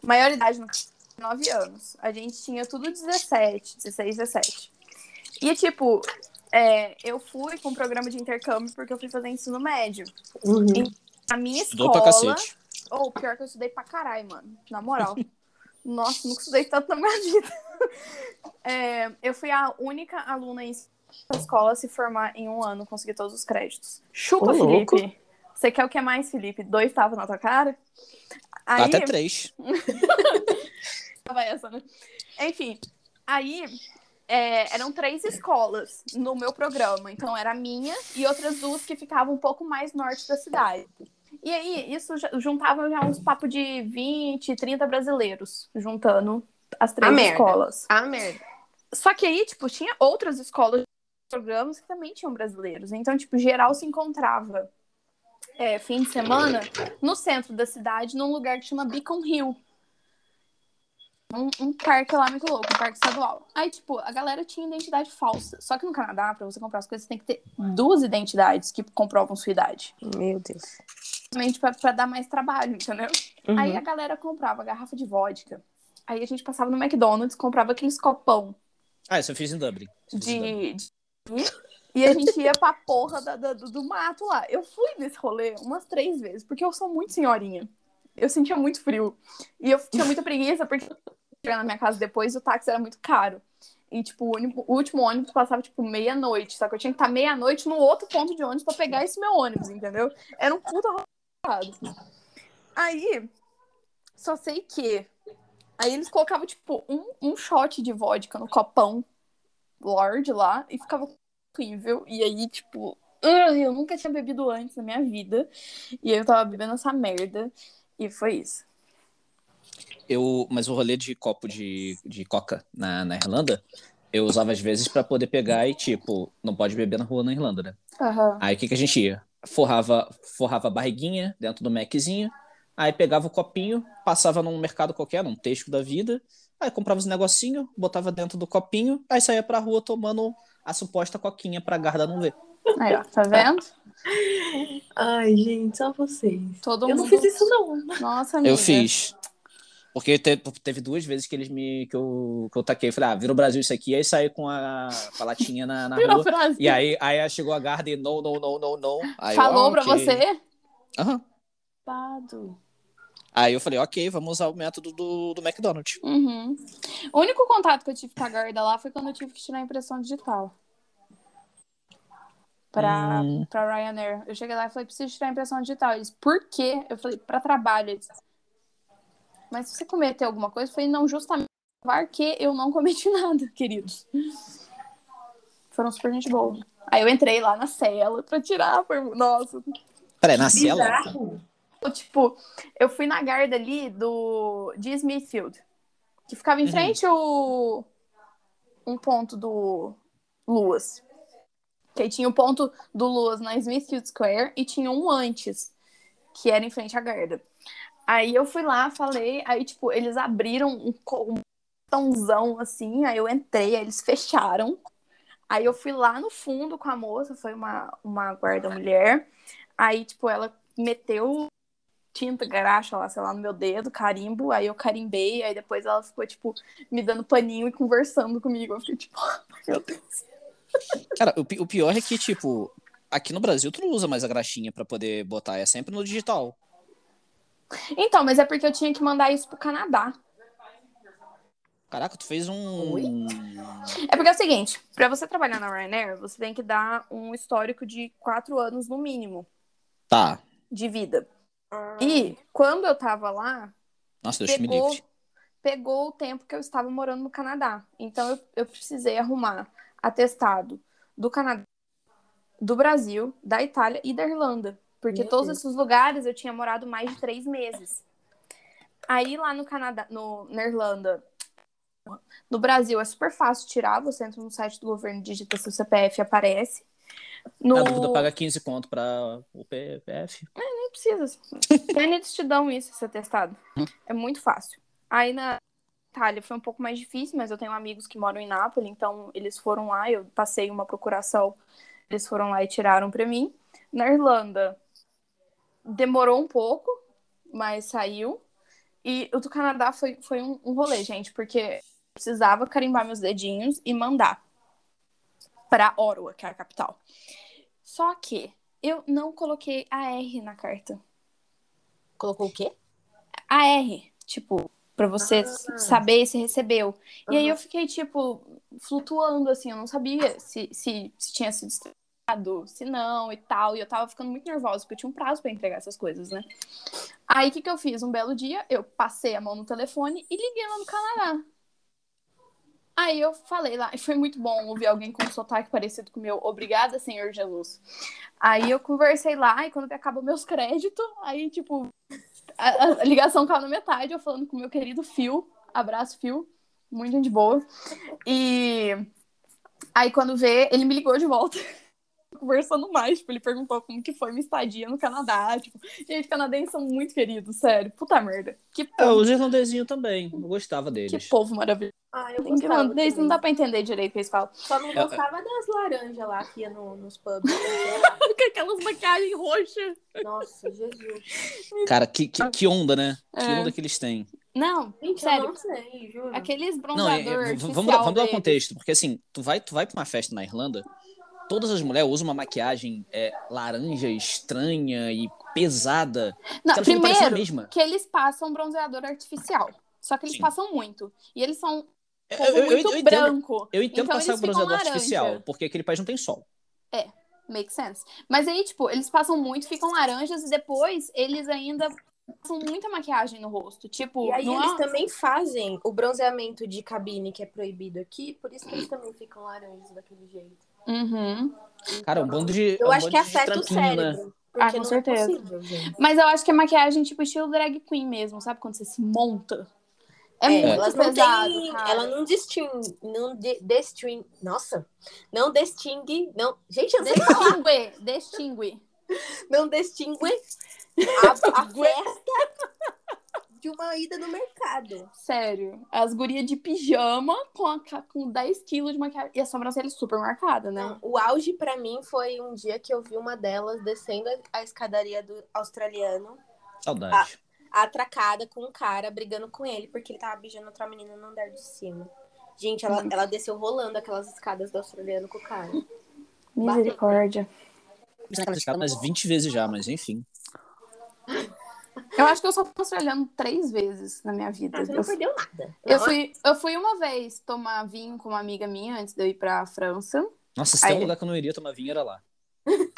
A: Maior idade no Canadá, 9 anos. A gente tinha tudo 17, 16, 17. E tipo, é, eu fui com um programa de intercâmbio porque eu fui fazer ensino médio.
C: Uhum.
A: A minha
B: Estudou
A: escola.
B: pra cacete.
A: Ou pior é que eu estudei pra caralho, mano. Na moral. Nossa, nunca estudei tanto na minha vida. É, eu fui a única aluna em escola a se formar em um ano, conseguir todos os créditos. Chupa,
C: Ô,
A: Felipe.
C: louco.
A: Você quer o que mais, Felipe? Dois tapas na tua cara?
B: Dá
A: Aí,
B: Tá Até três.
A: tava essa, né? Enfim, aí é, eram três escolas no meu programa. Então era a minha e outras duas que ficavam um pouco mais norte da cidade. E aí, isso já- juntava já uns papos de 20, 30 brasileiros, juntando as três
C: A merda.
A: escolas.
C: Ah, merda.
A: Só que aí, tipo, tinha outras escolas programas que também tinham brasileiros. Então, tipo, geral se encontrava é, fim de semana no centro da cidade, num lugar que chama Beacon Hill. Um, um parque lá muito louco, um parque estadual. Aí, tipo, a galera tinha identidade falsa. Só que no Canadá, pra você comprar as coisas, você tem que ter duas identidades que comprovam sua idade.
C: Meu Deus.
A: Principalmente pra, pra dar mais trabalho, entendeu? Aí
C: Uhum.
A: a galera comprava garrafa de vodka. Aí a gente passava no McDonald's, comprava aqueles copão
B: Ah, isso eu fiz em Dublin. Isso eu fiz em
A: de,
B: Dublin.
A: de- E a gente ia pra porra da- da- do, do mato lá. Eu fui nesse rolê umas três vezes, porque eu sou muito senhorinha. Eu sentia muito frio. E eu tinha muita preguiça, porque chegar na minha casa depois o táxi era muito caro. E, tipo, o, ônibus- o último ônibus passava, tipo, meia-noite. Só que eu tinha que estar meia-noite no outro ponto de ônibus pra pegar esse meu ônibus, entendeu? Era um puta rolado. Aí, só sei que. Aí eles colocavam, tipo, um, um shot de vodka no copão Lorde lá e ficava horrível. E aí, tipo, ah, eu nunca tinha bebido antes na minha vida. E aí eu tava bebendo essa merda. E foi isso.
B: Eu, mas o rolê de copo de, de coca na, na Irlanda, eu usava às vezes pra poder pegar e, tipo, não pode beber na rua na Irlanda, né?
A: Aham.
B: Aí o que, que a gente ia? Forrava, forrava a barriguinha dentro do Maczinho, aí pegava o copinho, passava num mercado qualquer, num texto da vida, aí comprava os negocinho, botava dentro do copinho, aí saía pra rua tomando a suposta coquinha pra guarda não ver.
A: Aí, ó, tá vendo?
C: Ai, gente, só vocês.
A: Todo
C: Eu
A: mundo.
C: não fiz isso, não.
A: Nossa, amiga.
B: Eu fiz. Porque te- teve duas vezes que eles me. que eu, que eu taquei. Falei, ah, vira o Brasil isso aqui. Aí saí com a, com a latinha na, na
A: Virou
B: rua.
A: frase.
B: E aí, aí chegou a guarda e não, não, não, não, não. Aí eu,
A: Falou
B: ah,
A: pra
B: ok.
A: você?
B: Aham.
A: Pado.
B: Aí eu falei, ok, vamos usar o método do, do McDonald's.
A: Uhum. O único contato que eu tive com a guarda lá foi quando eu tive que tirar a impressão digital. Pra,
B: Hum.
A: pra Ryanair. Eu cheguei lá e falei, preciso tirar a impressão digital. Eles, por quê? Eu falei, pra trabalho. Eles, mas você cometeu alguma coisa? Eu falei, não, justamente provar que eu não cometi nada, queridos. Foram super gente boa. Aí eu entrei lá na cela pra tirar a pergunta. Nossa,
B: Peraí, nasce ela?
D: Bizarro.
A: Tipo, eu fui na guarda ali do de Smithfield, que ficava em
B: Uhum.
A: frente o um ponto do Luas. Que aí tinha o ponto do Luas na Smithfield Square e tinha um antes, que era em frente à guarda. Aí eu fui lá, falei, aí tipo, eles abriram um co- um portãozão assim, aí eu entrei, aí eles fecharam. Aí eu fui lá no fundo com a moça, foi uma, uma guarda mulher. Aí, tipo, ela meteu tinta, graxa lá, sei lá, no meu dedo, carimbo, aí eu carimbei, aí depois ela ficou, tipo, me dando paninho e conversando comigo. Eu fiquei, tipo, meu Deus.
B: Cara, o, pi- o pior é que, tipo, aqui no Brasil tu não usa mais a graxinha pra poder botar, é sempre no digital.
A: Então, mas é porque eu tinha que mandar isso pro Canadá.
B: Caraca, tu fez um.
A: Oi? É porque é o seguinte, pra você trabalhar na Ryanair, você tem que dar um histórico de quatro anos no mínimo
B: Tá.
A: de vida.
C: Ah.
A: E quando eu tava lá,
B: Nossa, Deus me
A: pegou,
B: livre.
A: pegou o tempo que eu estava morando no Canadá. Então eu, eu precisei arrumar atestado do Canadá, do Brasil, da Itália e da Irlanda. Porque
C: Meu
A: todos
C: Deus.
A: esses lugares eu tinha morado mais de três meses. Aí lá no Canadá, no, na Irlanda, no Brasil é super fácil tirar. Você entra no site do governo, digita seu CPF e aparece. No...
B: Na dúvida, paga 15 conto pra o PF.
A: Não precisa. Nem eles te dão isso, esse atestado. É muito fácil. Aí na Itália foi um pouco mais difícil, mas eu tenho amigos que moram em Nápoles, então eles foram lá, eu passei uma procuração, eles foram lá e tiraram pra mim. Na Irlanda, demorou um pouco, mas saiu. E o do Canadá foi, foi um, um rolê, gente, porque eu precisava carimbar meus dedinhos e mandar pra Ottawa, que é a capital. Só que eu não coloquei a R na carta.
D: Colocou o quê?
A: A R, tipo, pra você saber se recebeu. E aí eu fiquei, tipo, flutuando, assim, eu não sabia se, se, se tinha sido estragado, se não e tal. E eu tava ficando muito nervosa, porque eu tinha um prazo pra entregar essas coisas, né? Aí o que, que eu fiz? Um belo dia, eu passei a mão no telefone e liguei lá no Canadá. Aí eu falei lá, e foi muito bom ouvir alguém com um sotaque parecido com o meu. Obrigada, Senhor Jesus. Aí eu conversei lá, e quando acabou meus créditos, aí, tipo, a, a ligação caiu na metade, eu falando com o meu querido Phil. Abraço, Phil. Muito gente boa. E aí, quando vê, ele me ligou de volta. Conversando mais, tipo, ele perguntou como que foi minha estadia no Canadá. Tipo, gente, canadenses são muito queridos, sério. Puta merda. Que
B: É,
A: povo,
B: os irlandesinhos também. Eu gostava
A: que
B: deles.
A: povo maravilhoso.
C: Ah, eu gostava
A: Inglês,
C: também.
A: não dá pra entender direito o que eles falam.
C: Só não
B: Eu-
C: gostava das laranjas lá que ia no- nos pubs.
A: Com aquelas maquiagens roxas.
C: Nossa, Jesus.
B: Cara, que, que, que onda, né? Que
A: É.
B: onda que eles têm.
A: Não,
C: Gente, eu
A: sério.
C: não sei, juro.
A: Aqueles
B: Não, é-
A: bronzeador
B: é- v-
A: artificial
B: vamos, dar- vamos dar
A: deles.
B: contexto, porque assim, tu vai, tu vai pra uma festa na Irlanda, todas as mulheres usam uma maquiagem é, laranja estranha e pesada.
A: Não,
B: que elas ficam parecendo a
A: Tá, primeiro,
B: mesma.
A: que eles passam bronzeador artificial. Só que eles
B: Sim.
A: passam muito. E eles são um
B: Eu,
A: povo
B: eu- eu-
A: muito
B: eu entendo,
A: branco.
B: eu entendo
A: então
B: passar
A: eles
B: o
A: ficam
B: bronzeador
A: laranja.
B: artificial, porque aquele país não tem sol.
A: Make sense. Mas aí, tipo, eles passam muito, ficam laranjas e depois eles ainda passam muita maquiagem no rosto. Tipo,
C: E aí
A: não é-
C: eles também fazem o bronzeamento de cabine que é proibido aqui, por isso que eles também ficam laranjas daquele jeito. Então,
A: Uhum.
B: Cara, é um bando de.
C: Eu
B: um
C: acho
B: bando
C: que
B: de
C: afeta o
B: tranquinho, né?
C: cérebro. Porque
A: Ah, com
C: não
A: certeza.
C: é possível, gente.
A: Mas eu acho que é maquiagem, tipo, estilo drag queen mesmo, sabe? Quando você se monta. É,
C: É,
A: muito
C: elas não
A: pesado,
C: têm,
A: cara.
C: ela não distingue, não de, destrin- nossa, não distingue, não, gente, eu não sei falar,
A: Distingue, distingue.
C: não distingue a, a festa de uma ida no mercado.
A: Sério. As gurias de pijama com, a, ca- com 10 quilos de maquiagem. E a sobrancelha super marcada, né?
C: Não, o auge pra mim foi um dia que eu vi uma delas descendo a- a escadaria do australiano,
B: Saudade.
C: atracada com um cara, brigando com ele, porque ele tava beijando outra menina no andar de cima. Gente, ela,
A: Uhum.
C: ela desceu rolando aquelas escadas do australiano com o cara.
A: Misericórdia.
B: Naquelas escadas umas 20 vezes já, mas enfim.
A: Eu acho que eu só fui australiano três vezes na minha vida.
C: Ah, você
A: Eu,
C: não perdeu nada.
A: eu fui, eu fui uma vez tomar vinho com uma amiga minha antes de eu ir pra França.
B: Nossa, se tem
A: Aí-
B: um lugar que eu não iria tomar vinho era lá.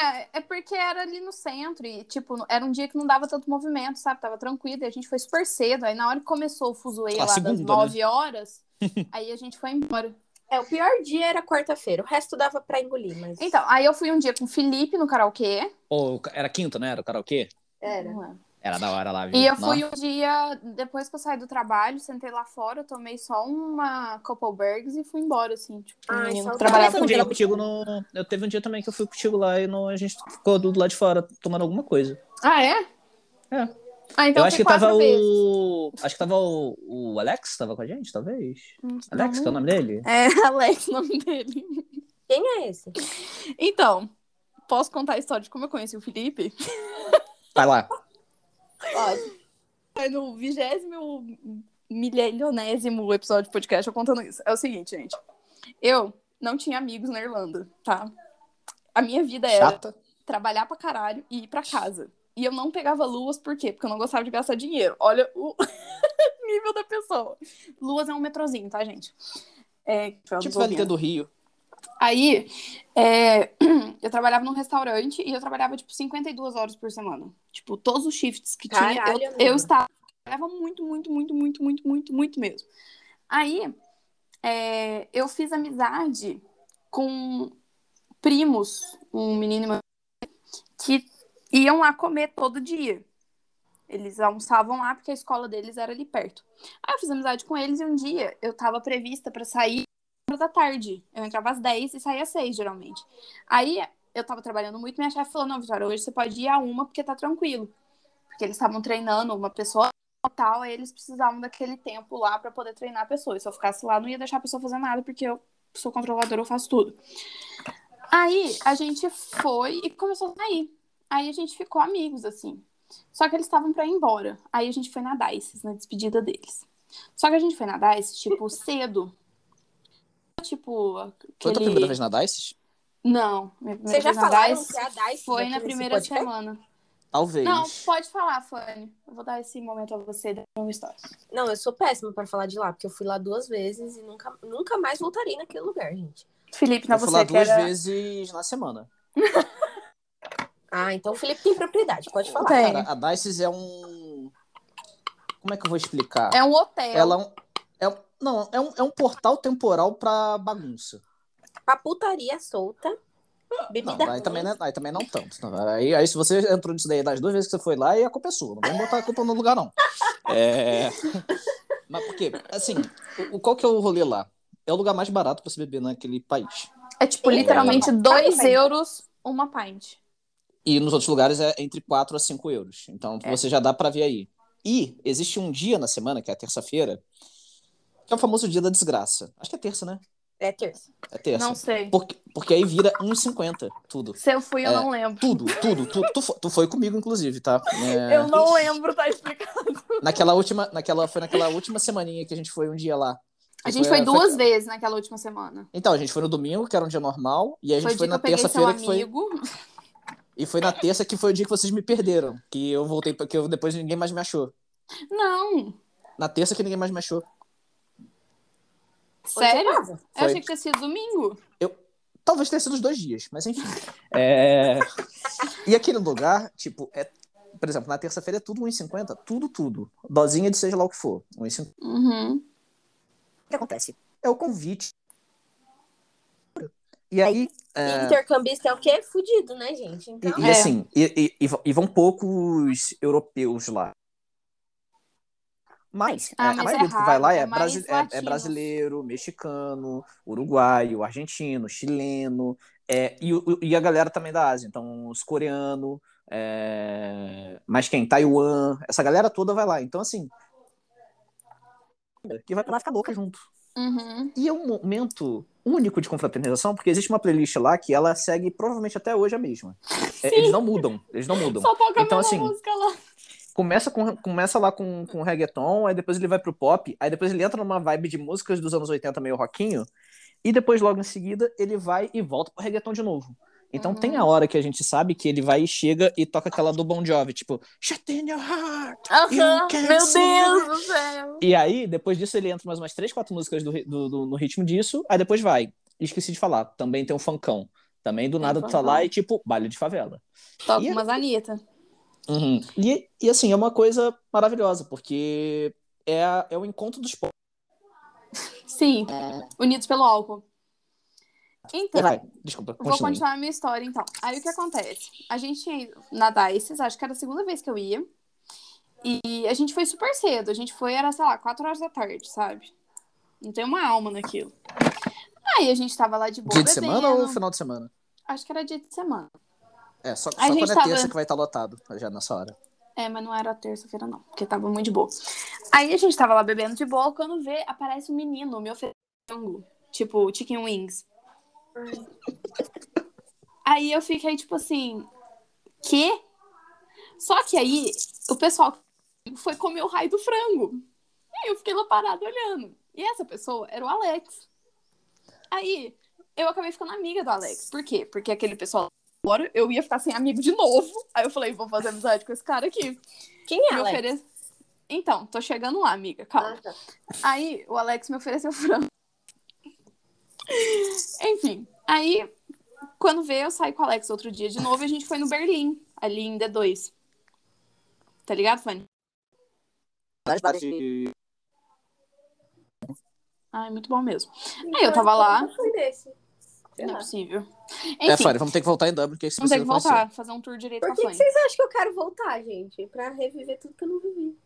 A: É, é porque era ali no centro e, tipo, era um dia que não dava tanto movimento, sabe? Tava tranquilo e a gente foi super cedo. Aí na hora que começou o fuzuê
B: Ah,
A: lá das
B: segunda, né?
A: 9 horas, aí a gente foi embora.
D: É, o pior dia era quarta-feira. O resto dava pra engolir, mas.
A: Então, aí eu fui um dia com o Felipe no karaokê. é.
B: Ou era quinta, né? Era o karaokê?
D: Era.
B: Era da hora lá, viu?
A: E eu
B: Nossa.
A: fui um dia, depois que eu saí do trabalho, sentei lá fora, eu tomei só uma Coppelbergs e fui embora, assim, tipo, um
D: Ai,
A: menino que
D: saudade.
B: Eu
A: trabalhava
B: fui um dia contigo no. Eu teve um dia também que eu fui contigo lá e não... a gente ficou do lado de fora tomando alguma coisa.
A: Ah, é?
B: É.
A: Ah, então
B: eu acho
A: fui
B: que tava
A: quatro vezes.
B: o. Acho que tava o... o Alex, tava com a gente, talvez.
A: Hum,
B: Alex, que é o nome dele?
A: É, Alex, o nome dele.
D: Quem é esse?
A: Então, posso contar a história de como eu conheci o Felipe?
B: Vai lá.
D: Pode.
A: Foi no vigésimo milionésimo episódio de podcast eu contando isso. É o seguinte, gente. Eu não tinha amigos na Irlanda, tá? A minha vida era
B: Chata.
A: trabalhar pra caralho e ir pra casa. E eu não pegava luas, por quê? Porque eu não gostava de gastar dinheiro. Olha o nível da pessoa. Luas é um metrozinho, tá, gente? É,
B: Tipo a do Rio.
A: Aí, é, eu trabalhava num restaurante e eu trabalhava, tipo, 52 horas por semana. Tipo, todos os shifts que
D: Caralho,
A: tinha,
D: amiga.
A: eu, eu estava. Trabalhava muito, muito, muito, muito, muito, muito, muito mesmo. Aí, é, eu fiz amizade com primos, um menino e uma que iam lá comer todo dia. Eles almoçavam lá porque a escola deles era ali perto. Aí eu fiz amizade com eles e um dia eu tava prevista pra sair horas da tarde. Eu entrava às 10 e saía às 6, geralmente. Aí eu tava trabalhando muito, minha chefe falou: Não, Vitória, hoje você pode ir a uma porque tá tranquilo. Porque eles estavam treinando uma pessoa e tal, aí eles precisavam daquele tempo lá pra poder treinar a pessoa. E se eu ficasse lá, não ia deixar a pessoa fazer nada porque eu sou controladora, eu faço tudo. Aí a gente foi e começou a sair. Aí a gente ficou amigos, assim. Só que eles estavam pra ir embora. Aí a gente foi na Dice, na despedida deles. Só que a gente foi na Dice, tipo, cedo. Tipo,
B: Foi a tua primeira
A: aquele...
B: vez na Dice?
A: Não, minha primeira
D: Vocês já
A: vez na
D: falaram
A: Dice
D: que a Dice
A: foi
D: aqui
A: na
D: nesse
A: primeira
D: podcast?
A: semana.
B: Talvez.
A: Não, pode falar, Fanny. Eu vou dar um esse momento a você da minha história.
D: Não, eu sou péssima pra falar de lá, porque eu fui lá duas vezes e nunca, nunca mais voltarei naquele lugar, gente.
A: Felipe, não
B: eu
A: você
B: fui lá
A: que
B: duas
A: era-
B: vezes na semana.
D: Ah, então o Felipe tem propriedade, pode falar.
A: Tem.
B: Cara, a Dice é um. Como é que eu vou explicar?
A: É um hotel.
B: Ela é um. é um- Não, é um, é um portal temporal pra bagunça.
D: A putaria solta, bebida
B: Não, aí
D: ruim.
B: também não, é- aí também não tanto. Não, Aí, aí se você entrou nisso daí das duas vezes que você foi lá, aí a culpa é sua. Não vamos botar a culpa no lugar, não. É... Mas por quê? Assim, o- o, qual que é o rolê lá? É o lugar mais barato pra se beber naquele país.
A: É tipo, literalmente
D: É.
A: 2
D: Paga pra
A: euros uma pint.
B: E nos outros lugares é entre 4 a 5 euros. Então
A: É.
B: você já dá pra ver aí. E existe um dia na semana, que é a terça-feira, que é o famoso dia da desgraça. Acho que é terça, né?
D: É terça.
B: É terça.
A: Não sei.
B: Porque, porque aí vira 1,50 tudo.
A: Se eu fui, eu
B: É.
A: não lembro.
B: Tudo, tudo, tudo. Tu, fo- tu foi comigo, inclusive, tá? É,
A: Eu não lembro, tá explicando.
B: Naquela última, naquela, foi naquela última semaninha que a gente foi um dia lá.
A: A gente foi
B: a-
A: duas vezes naquela última semana.
B: Então, a gente foi no domingo, que era um dia normal, e aí a
A: Foi
B: gente
A: o dia
B: foi
A: que
B: na
A: eu peguei seu
B: terça-feira que foi.
A: amigo.
B: E foi na terça que foi o dia que vocês me perderam. Que eu voltei, pra- que eu depois ninguém mais me achou.
A: Não.
B: Na terça que ninguém mais me achou.
A: Sério?
D: Onde tava?
A: Eu
B: Foi.
A: achei que tinha sido domingo.
B: Talvez tenha sido os dois dias, mas enfim. É... E aquele lugar, tipo, é. Por exemplo, na terça-feira é tudo 1,50. Tudo, tudo. Dosinha de seja lá o que for. 1,50.
A: Uhum.
D: O que acontece?
B: É o convite. E aí. é,
D: E intercambista é o quê? Fudido, né, gente? Então,
B: E, e
A: É.
B: assim, e, e- e vão- e vão poucos europeus lá. Mas,
A: Ah,
B: a
A: mas é
B: maioria que vai
A: raro,
B: lá é,
A: é mais
B: brasi- é- é
A: latinos.
B: brasileiro, mexicano, uruguaio, argentino, chileno, é, e, o- e a galera também da Ásia. Então, os coreanos, é, mas quem? Taiwan, essa galera toda vai lá. Então, assim. Que vai lá ficar louca junto.
A: Uhum.
B: E é um momento único de confraternização, porque existe uma playlist lá que ela segue provavelmente até hoje a mesma. É, eles não mudam, eles não mudam.
A: Só toca
B: Então,
A: a mesma
B: assim,
A: música lá.
B: Começa, com, começa lá com, com reggaeton, aí depois ele vai pro pop, aí depois ele entra numa vibe de músicas dos anos 80 meio rockinho, e depois logo em seguida ele vai e volta pro reggaeton de novo. Então
A: Uhum.
B: tem a hora que a gente sabe que ele vai e chega e toca aquela do Bon Jovi, tipo, Shut in your heart!
A: Aham.
B: can't
A: Meu Deus
B: see
A: do céu.
B: E aí, depois disso, ele entra mais umas três, quatro músicas do, ri- do- do- no ritmo disso, aí depois vai. Esqueci de falar, também tem um funkão. Também do nada tu tá
A: funkão.
B: lá e tipo, baile de favela.
A: Toca
B: E- é
A: umas Anitta.
B: E, e, assim, é uma coisa maravilhosa, porque é, a- é o encontro dos povos.
A: se unidos pelo álcool. Então,
B: Vai, desculpa,
A: Vou
B: continue.
A: continuar a minha história, então. Aí o que acontece? A gente tinha ido na Dices, acho que era a segunda vez que eu ia. E a gente foi super cedo. A gente foi, era, sei lá, 4 horas da tarde, sabe? Não tem uma alma naquilo. Aí a gente tava lá de boa.
B: Dia de
A: bebendo.
B: semana ou final de semana?
A: Acho que era dia de semana.
B: É, só, só
A: A gente
B: quando é
A: tava-
B: terça que vai estar lotado, já nessa hora.
A: É, mas não era terça-feira, não, porque tava muito de boa. Aí a gente tava lá bebendo de boa, quando vê, aparece um menino me oferecendo, tipo, chicken wings. Aí eu fiquei, tipo assim, quê? Só que aí o pessoal foi comer o raio do frango. E aí eu fiquei lá parada olhando. E essa pessoa era o Alex. Aí eu acabei ficando amiga do Alex. Por quê? Porque aquele pessoal agora eu ia ficar sem amigo de novo. Aí eu falei, vou fazer amizade com esse cara aqui.
D: Quem é
A: Me
D: Alex?
A: oferece- Então, tô chegando lá, amiga, calma.
D: Ah, tá.
A: Aí o Alex me ofereceu frango. Enfim, aí quando veio, eu saí com o Alex outro dia de novo e a gente foi no Berlim, ali em D2. Tá ligado, Fanny? Ai, muito bom mesmo. Aí eu tava lá.
D: Nunca fui nesse. Sei
A: Não é
D: lá.
A: possível.
B: É,
A: Enfim,
B: Fanny, vamos ter que voltar em Dublin, porque você assim.
A: vamos ter
B: precisa
A: que
B: conhecer.
A: voltar, fazer um tour direito com
D: Por
A: a
D: que, que
A: Fanny.
D: vocês acham que eu quero voltar, gente? Pra reviver tudo que eu não vivi.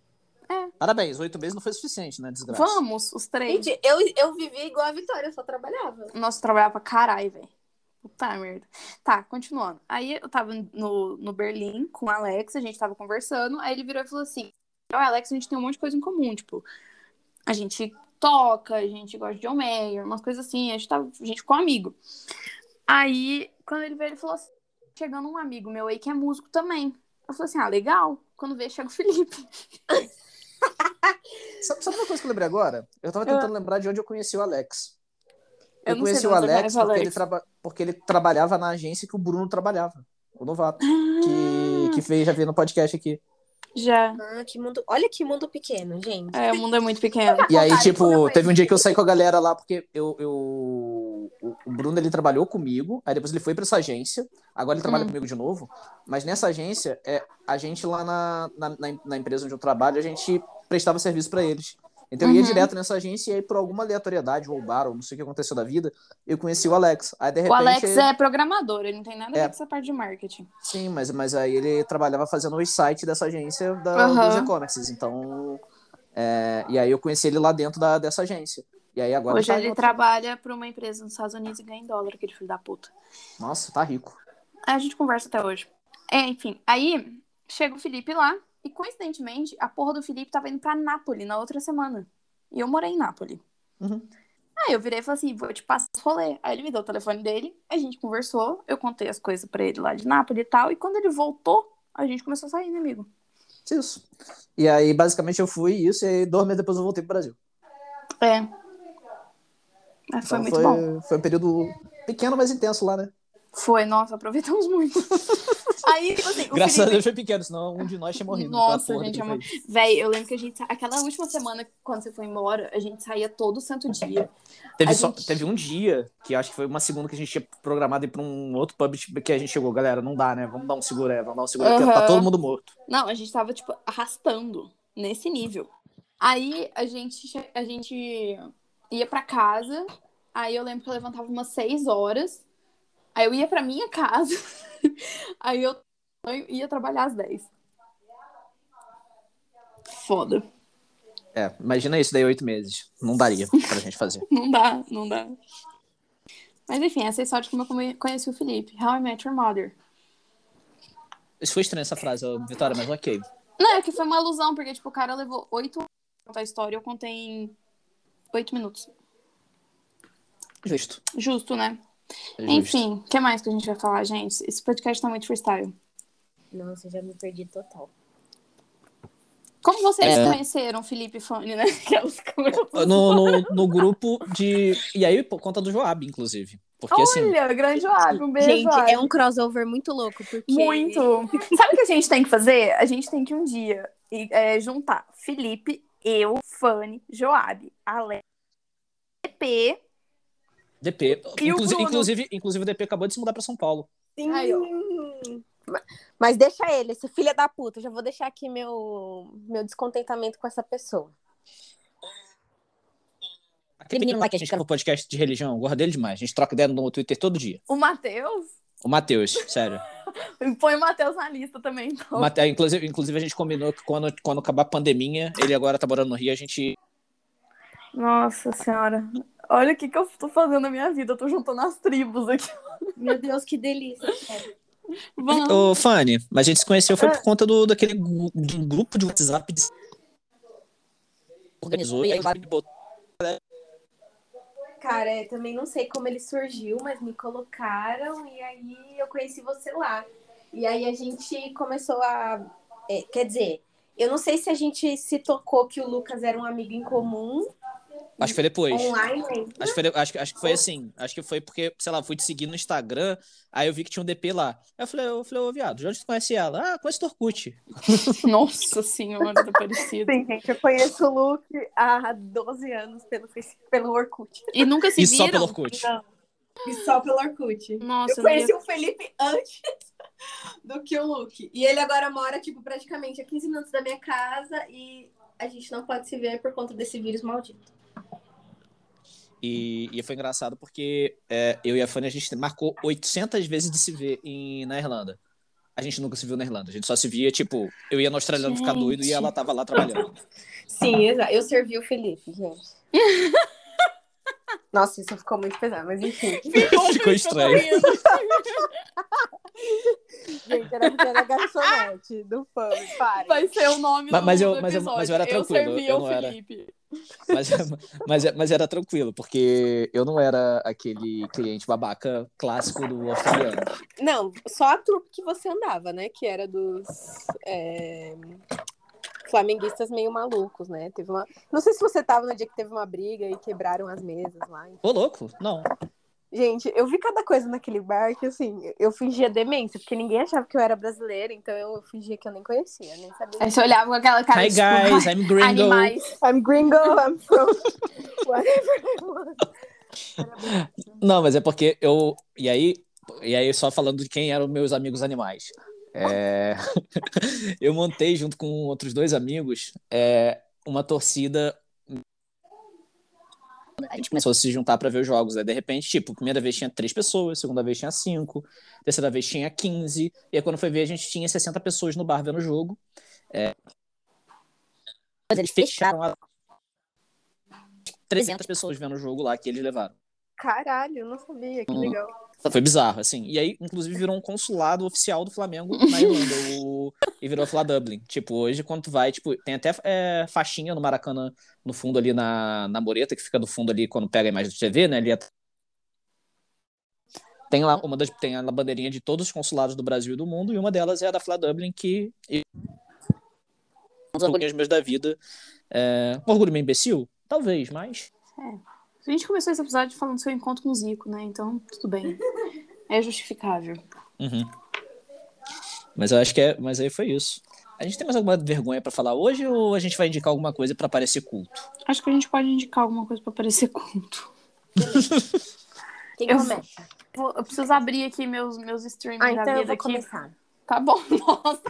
B: Parabéns, oito meses não foi suficiente, né, desgraça?
A: Vamos, os três.
D: Gente, eu, eu vivi igual a Vitória, eu só trabalhava.
A: Nossa, eu trabalhava pra caralho, velho. Puta merda. Tá, continuando. Aí eu tava no, no Berlim com o Alex, a gente tava conversando, aí ele virou e falou assim: Ó, Alex, a gente tem um monte de coisa em comum, tipo, a gente toca, a gente gosta de John Mayer, umas coisas assim, a gente, tava, a gente ficou amigo. Aí, quando ele veio, ele falou assim: chegando um amigo meu aí que é músico também. Eu falei assim: ah, legal. Quando veio, chega o Felipe.
B: Sabe, sabe uma coisa que eu lembrei agora? Eu tava tentando
A: Ah.
B: lembrar de onde eu conheci o Alex.
A: Eu
B: Eu,
A: não sei
B: conheci
A: de
B: o
A: onde é eu
B: Alex,
A: conheço
B: porque,
A: o Alex.
B: Ele traba- porque ele trabalhava na agência que o Bruno trabalhava, o novato,
A: Ah.
B: que, que fez, já veio no podcast aqui.
A: Já.
D: Ah, que mundo. Olha que mundo pequeno, gente.
A: É, o mundo é muito pequeno.
B: E aí,
D: Vontade de
A: então,
D: comer
B: tipo,
D: mais.
B: teve um dia que eu saí com a galera lá, porque eu. eu... o- O Bruno ele trabalhou comigo, aí depois ele foi pra essa agência, agora ele
A: Hum.
B: trabalha comigo de novo. Mas nessa agência, é, a gente lá na, na, na- na empresa onde eu trabalho, a gente prestava serviço pra eles. Então eu ia
A: Uhum.
B: direto nessa agência e aí, por alguma aleatoriedade, ou bar, ou não sei o que aconteceu da vida, eu conheci o Alex. Aí de repente.
A: O Alex é programador, ele não tem nada a ver
B: É.
A: com essa parte de marketing.
B: Sim, mas, mas aí ele trabalhava fazendo os sites dessa agência da,
A: Aham.
B: dos e-commerces. Então. é, e aí eu conheci ele lá dentro da, dessa agência. E aí agora
A: Hoje
B: tá em
A: ele
B: outra-
A: trabalha pra uma empresa nos Estados Unidos e ganha em dólar, aquele filho da puta.
B: Nossa, tá rico.
A: Aí a gente conversa até hoje. É, enfim, aí chega o Felipe lá e coincidentemente a porra do Felipe tava indo pra Nápoles na outra semana. E eu morei em Nápoles.
B: Uhum.
A: Aí eu virei e falei assim, vou te passar esse rolê. Aí ele me deu o telefone dele, a gente conversou, eu contei as coisas pra ele lá de Nápoles e tal. E quando ele voltou, a gente começou a sair, né, amigo?
B: Isso. E aí, basicamente, eu fui isso, e aí, dois meses depois eu voltei pro Brasil.
A: É. Mas foi
B: Então,
A: muito bom.
B: Foi um período pequeno, mas intenso lá, né?
A: Foi, nossa, aproveitamos muito. Aí, tipo assim, o
B: Graças a
A: Felipe,
B: Deus foi pequeno, senão um de nós tinha morrido.
A: Nossa,
B: pela porra
A: gente,
B: que
A: é uma-
B: fez.
A: véi, eu lembro que a gente, sa- aquela última semana, quando você foi embora, a gente saía todo santo dia.
B: Teve,
A: a
B: só,
A: gente-
B: teve um dia, que acho que foi uma segunda que a gente tinha programado ir pra um outro pub, tipo, que a gente chegou, galera, não dá, né? Vamos dar um segura aí, vamos dar um segura, porque
A: Aham.
B: tá todo mundo morto.
A: Não, a gente tava, tipo, arrastando nesse nível. Aí a gente, che- a gente ia pra casa, aí eu lembro que eu levantava umas seis horas, aí eu ia pra minha casa, aí eu eu ia trabalhar às 10. Foda.
B: É, imagina isso, daí oito meses. Não daria pra gente fazer.
A: Não dá, não dá. Mas enfim, essa é a história de como eu come- conheci o Felipe. How I Met Your Mother.
B: Isso foi estranho essa frase, ô, Vitória, mas ok.
A: Não, é que foi uma alusão, porque tipo, o cara levou oito horas pra contar a história e eu contei em oito minutos.
B: Justo.
A: Justo, né?
B: É justo.
A: Enfim, o que mais que a gente vai falar, gente? Esse podcast tá muito freestyle.
D: Nossa, já me perdi total.
A: Como vocês
B: É.
A: conheceram Felipe e Fanny, né? Aquelas câmeras.
B: Ah, No, no, no grupo de. E aí, por conta do Joab, inclusive. Porque assim.
A: Olha, grande Ab, um beijo.
D: Gente,
A: Ab.
D: é um crossover muito louco, porque.
A: Muito. Sabe o que a gente tem que fazer? A gente tem que um dia e, é, juntar Felipe, eu, Fanny, Joab, Alex, EP.
B: DP.
A: E o
B: Inclusive,
A: Bruno?
B: inclusive, inclusive, o DP acabou de se mudar pra São Paulo.
D: Sim.
A: Aí, ó.
D: Ma- Mas deixa ele, esse filho da puta. Já vou deixar aqui meu, meu descontentamento com essa pessoa.
B: Aquele menino lá que a gente grava o podcast de religião, eu gosto dele demais. A gente troca ideia no Twitter todo dia.
A: O Matheus?
B: O Matheus, sério.
A: Põe o Matheus na lista também, então.
B: O Mate- inclusive, inclusive, a gente combinou que quando, quando acabar a pandemia, ele agora tá morando no Rio, a gente.
A: Nossa senhora. Olha o que, que eu tô fazendo na minha vida. Eu tô juntando as tribos aqui.
C: Meu Deus, que delícia.
A: Vamos.
B: Ô, Fanny, mas a gente se conheceu foi por conta do, daquele gru- de um grupo de WhatsApp de... organizou e aí lá me botou.
C: É, Cara, eu também não sei como ele surgiu, mas me colocaram e aí eu conheci você lá. E aí a gente começou a. é, quer dizer, eu não sei se a gente se tocou que o Lucas era um amigo em comum
B: Acho que foi depois.
C: online, né?
B: Acho que, foi, acho, que- acho que foi assim. Acho que foi porque, sei lá, fui te seguir no Instagram, aí eu vi que tinha um DP lá. Aí eu falei, eu falei, ô viado, de onde tu conhece ela? Ah, conheço do Orkut.
A: Nossa senhora, do parecido.
C: Sim, gente, eu conheço o Luke há 12 anos pelo, Face- pelo Orkut.
A: E nunca se
B: E
A: viram?
B: só pelo Orkut.
E: E só pelo Orkut.
A: Nossa,
E: Eu conheci o Felipe antes do que o Luke. E ele agora mora, tipo, praticamente a 15 minutos da minha casa e a gente não pode se ver por conta desse vírus maldito.
B: E, e foi engraçado porque é, eu e a Fanny, a gente marcou 800 vezes de se ver em, na Irlanda. A gente nunca se viu na Irlanda. A gente só se via, tipo, eu ia na Austrália ficar
A: Gente.
B: doido e ela tava lá trabalhando.
C: Sim, exato. Eu servi o Felipe, gente. Nossa, isso ficou muito pesado, mas enfim.
B: Ficou estranho.
C: Gente, era a garçonete do pão, pare.
A: Vai ser o nome
B: Mas-
A: do,
B: mas eu-
A: do
B: mas eu-
A: episódio.
B: mas eu era tranquilo,
A: servia
B: eu
A: o
B: não era.
A: Felipe.
B: Mas, é, mas, mas era tranquilo, porque eu não era aquele cliente babaca clássico do australiano.
C: Não, só a trupe que você andava, né? Que era dos é, flamenguistas meio malucos, né? Teve uma... Não sei se você tava no dia que teve uma briga e quebraram as mesas lá.
B: Ô, louco, não.
C: Gente, eu vi cada coisa naquele bar que, assim, eu fingia demência, porque ninguém achava que eu era brasileira, então eu fingia que eu nem conhecia, nem sabia.
A: Aí você olhava com aquela cara
B: Hi
A: de
B: guys, I'm Gringo.
A: animais.
C: I'm gringo, I'm from whatever I want.
B: Não, mas é porque eu. E aí, e aí só falando de quem eram meus amigos animais. É, eu montei junto com outros dois amigos é, uma torcida. A gente começou a se juntar para ver os jogos. Aí, de repente, tipo, primeira vez tinha três pessoas, segunda vez tinha cinco, terceira vez tinha 15. E aí, quando foi ver, a gente tinha 60 pessoas no bar vendo o jogo. É... Eles fecharam a... 300 pessoas vendo o jogo lá que eles levaram.
C: Caralho, eu não sabia,
D: Hum.
C: que legal.
B: Foi bizarro, assim. E aí, inclusive, virou um consulado oficial do Flamengo na Irlanda. o- E virou Fla Dublin. Tipo, hoje, quando tu vai, tipo, tem até é, faixinha no Maracanã, no fundo ali na, na Moreta, que fica no fundo ali quando pega a imagem do TV, né? Ali at- Tem lá uma das. Tem a bandeirinha de todos os consulados do Brasil e do mundo, e uma delas é a da Fla Dublin, que. e- Um dos orgulhos meus da vida. É... Um orgulho meio imbecil? Talvez, mas.
A: A gente começou esse episódio falando do seu encontro com o Zico, né? Então, tudo bem. É justificável.
B: Uhum. Mas eu acho que é. Mas aí foi isso. A gente tem mais alguma vergonha pra falar hoje ou a gente vai indicar alguma coisa pra parecer culto?
A: Acho que a gente pode indicar alguma coisa pra parecer culto.
D: Quem
A: Eu-
D: começa?
A: Vou- eu preciso abrir aqui meus, meus streams
D: Ah,
A: da
D: então eu
A: vida
D: vou
A: aqui.
D: começar.
A: Tá bom, nossa.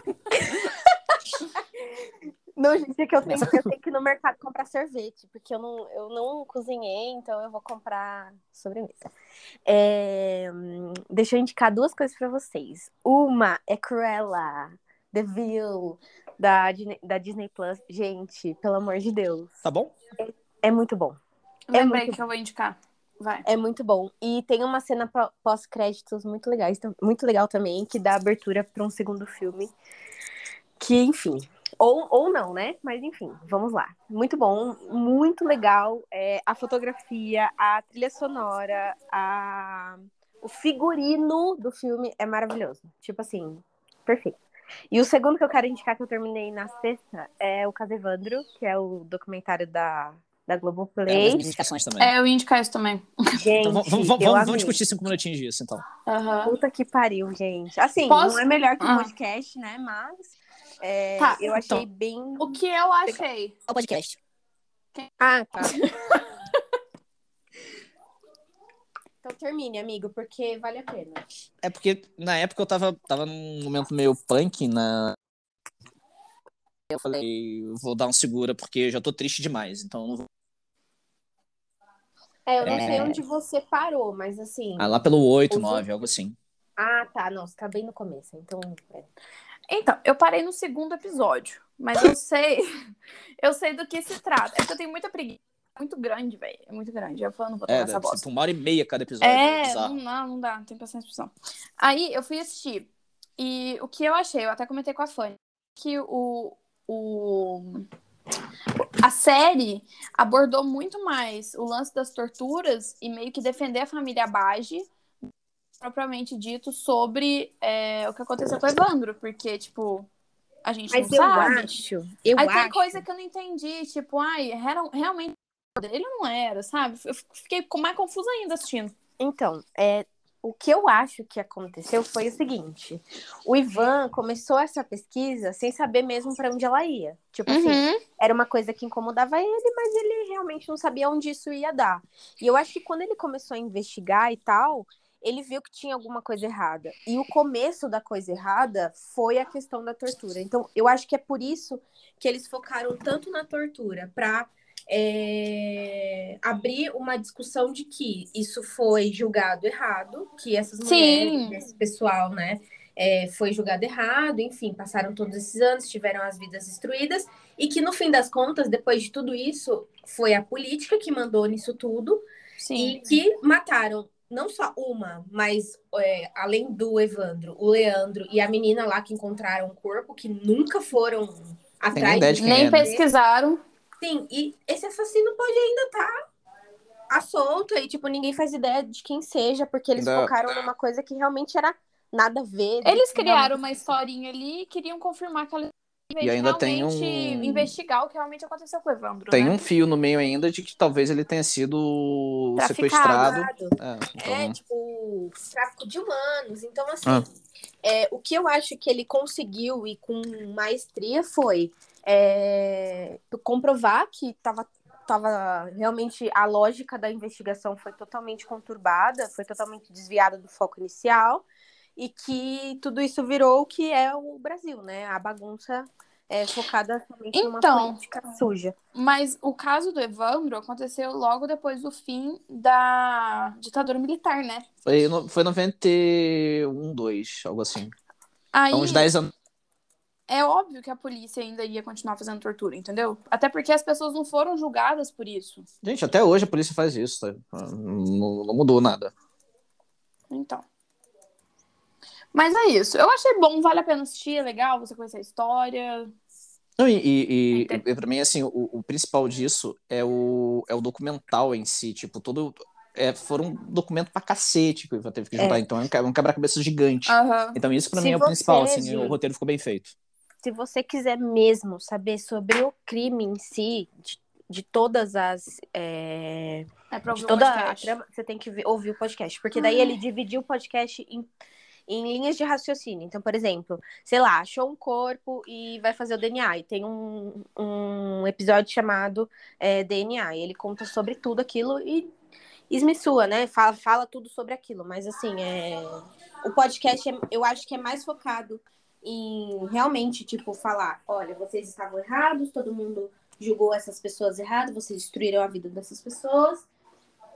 C: Não, gente, é que eu tenho, eu tenho que ir no mercado comprar sorvete, porque eu não, eu não cozinhei, então eu vou comprar sobremesa. É, hum, deixa eu indicar duas coisas pra vocês. Uma é Cruella, The Veil, da, Disney- da Disney Plus. Gente, pelo amor de Deus,
B: Tá bom?
C: é muito bom.
A: Lembrei
C: muito-
A: que eu vou indicar. Vai.
C: É muito bom. E tem uma cena pró- pós-créditos muito legais, tam- muito legal também, que dá abertura para um segundo filme. Que, enfim. Ou, ou não, né? Mas enfim, vamos lá. Muito bom, muito legal. É, a fotografia, a trilha sonora, a... o figurino do filme é maravilhoso. Tipo assim, perfeito. E o segundo que eu quero indicar que eu terminei na sexta é o Casevandro, que é o documentário da, da
B: É,
C: Globoplay.
B: algumas indicações também.
A: É, eu ia indicar isso também.
C: Gente,
B: Então vamos, vamos- vamos-
C: eu
B: vamos
C: amei.
B: discutir cinco minutinhos disso, então.
A: Aham.
C: Puta que pariu, gente. Assim,
A: Posso-
C: não é melhor que o
A: Ah.
C: podcast, né? Mas é,
A: Tá,
C: eu achei bem.
A: O que eu achei?
D: É o podcast.
C: Ah, tá. então termine, amigo, porque vale a pena.
B: É porque na época eu tava, tava num momento meio punk na. Eu falei, vou dar um segura porque eu já tô triste demais, então eu não vou.
C: É, eu não sei
B: É.
C: onde você parou, mas assim.
B: Ah, lá pelo 8,
C: Os
B: 9, algo assim.
C: Ah, tá. Não, você tá bem no começo, então. é.
A: Então, eu parei no segundo episódio, mas eu sei, eu sei do que se trata. É que eu tenho muita preguiça, é muito grande, velho, é muito grande. Eu falo, não vou tomar
B: É,
A: essa bosta.
B: tipo, uma hora e meia cada episódio. É
A: É,
C: né?
B: bizarro.
A: não dá, não dá, não tem paciência pra isso, não. Aí eu fui assistir. E o que eu achei, eu até comentei com a Fanny, que o, o a série abordou muito mais o lance das torturas e meio que defender a família Bage, propriamente dito, sobre é, o que aconteceu com o Evandro, porque, tipo, a gente
C: Mas
A: não
C: eu
A: sabe.
C: acho. Eu
A: Aí tem
C: acho.
A: coisa que eu não entendi, tipo, ai, era, realmente ele não era, sabe? Eu fiquei mais confusa ainda assistindo.
F: Então,
C: É, o que eu acho que aconteceu foi o seguinte: o Ivan começou essa pesquisa sem saber mesmo pra onde ela ia. Tipo assim, era uma coisa que incomodava ele, mas ele realmente não sabia onde isso ia dar. E eu acho que quando ele começou a investigar e tal, ele viu que tinha alguma coisa errada. E o começo da coisa errada foi a questão da tortura. Então, eu acho que é por isso que eles focaram tanto na tortura para abrir uma discussão de que isso foi julgado errado, que essas mulheres,
A: Sim.
C: esse pessoal, né, é, foi julgado errado, enfim, passaram todos esses anos, tiveram as vidas destruídas. E que no fim das contas, depois de tudo isso, foi a política que mandou nisso tudo
A: Sim.
C: e que mataram não só uma, mas é, além do Evandro, o Leandro e a menina lá que encontraram o corpo, que nunca foram atrás.
B: ideia de
C: disso.
B: quem
A: Nem
B: é, né?
A: pesquisaram.
C: Sim, e esse assassino pode ainda estar tá à solta e, tipo, ninguém faz ideia de quem seja, porque eles
B: Ainda- tá.
C: focaram numa coisa que realmente era nada a ver.
A: Eles criaram uma historinha ali e queriam confirmar que ela
B: E ainda tem
A: realmente
B: um-
A: investigar o que realmente aconteceu com o Evandro.
B: Tem
A: né?
B: um fio no meio ainda de que talvez ele tenha sido
A: Traficado.
B: sequestrado.
C: Errado.
B: É,
C: É,
B: então,
C: tipo, tráfico de humanos. Então, assim,
B: Ah.
C: é, o que eu acho que ele conseguiu e com maestria foi é, comprovar que tava, tava realmente a lógica da investigação foi totalmente conturbada, foi totalmente desviada do foco inicial e que tudo isso virou o que é o Brasil, né? A bagunça é, focada somente numa
A: Então.
C: política suja.
A: Mas o caso do Evandro aconteceu logo depois do fim da ditadura militar, né?
B: foi, no- foi 91, 2, algo assim.
A: Aí
B: Então, uns 10 anos.
A: é óbvio que a polícia ainda ia continuar fazendo tortura, entendeu? Até porque as pessoas não foram julgadas por isso.
B: Gente, até hoje a polícia faz isso. tá? Não, não mudou nada.
A: Então. Mas é isso. Eu achei bom, vale a pena assistir, é legal você conhecer a história.
B: Não, e, e, e- e pra mim, assim, o, o principal disso é o, é o documental em si. Tipo, todo. É, foram um documento pra cacete que o Ivan teve que juntar. Então é um que- um quebra-cabeça gigante.
A: Aham.
B: Então isso pra
C: Se
B: mim é o
C: você,
B: principal. Assim, o
C: gente-
B: roteiro ficou bem feito.
C: se você quiser mesmo saber sobre o crime em si, de, de todas as. é,
A: É pra ouvir
C: de
A: o
C: toda a
A: podcast.
C: trama, você tem que ver- ouvir o podcast. Porque daí ele dividiu o podcast em, em linhas de raciocínio. Então, por exemplo, sei lá, achou um corpo e vai fazer o DNA. E tem um, um episódio chamado é, DNA. E ele conta sobre tudo aquilo e esmiçua, né? Fala, fala tudo sobre aquilo. Mas assim, é... o podcast é- eu acho que é mais focado em realmente, tipo, falar, olha, vocês estavam errados, todo mundo julgou essas pessoas errado, vocês destruíram a vida dessas pessoas.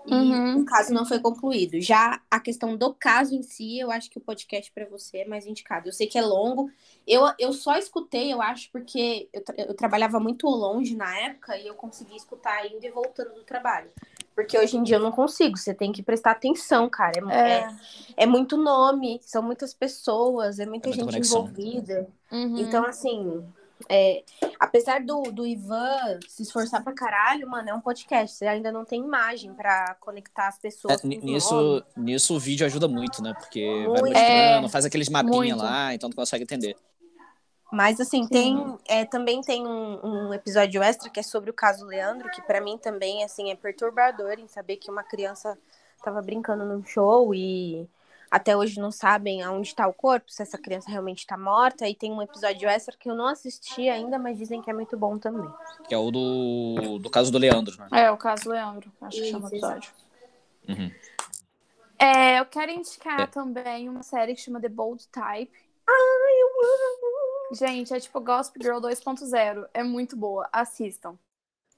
C: E
A: Uhum.
C: o caso não foi concluído. Já a questão do caso em si, eu acho que o podcast pra você é mais indicado. Eu sei que é longo. Eu, eu só escutei, eu acho, porque eu, tra- eu trabalhava muito longe na época e eu consegui escutar indo e voltando do trabalho. Porque hoje em dia eu não consigo, você tem que prestar atenção, cara. É mu-
A: É.
C: é, é muito nome, são muitas pessoas, é muita
B: É muita
C: gente
B: conexão.
C: envolvida.
A: Uhum.
C: Então, assim, é, apesar do, do Ivan se esforçar pra caralho, mano, é um podcast. Você ainda não tem imagem pra conectar as
B: É,
C: pessoas. com
B: ni-
C: os nomes.
B: nisso, nisso o vídeo ajuda muito, né? Porque vai
C: Muito.
B: mostrando, faz aqueles mapinhas
A: Muito.
B: lá, então tu consegue entender.
C: Mas, assim, tem é, também tem um, um episódio extra que é sobre o caso Leandro, que pra mim também, assim, é perturbador em saber que uma criança tava brincando num show e até hoje não sabem aonde tá o corpo, se essa criança realmente tá morta. E tem um episódio extra que eu não assisti ainda, mas dizem que é muito bom também.
B: Que é o do, do caso do Leandro, né?
A: É, o caso Leandro, acho que chama o
C: Isso,
A: episódio.
B: Uhum.
A: É, eu quero indicar também uma série que chama The Bold Type. Ai, eu amo! Gente, é tipo Gossip Girl 2.0. É muito boa. Assistam.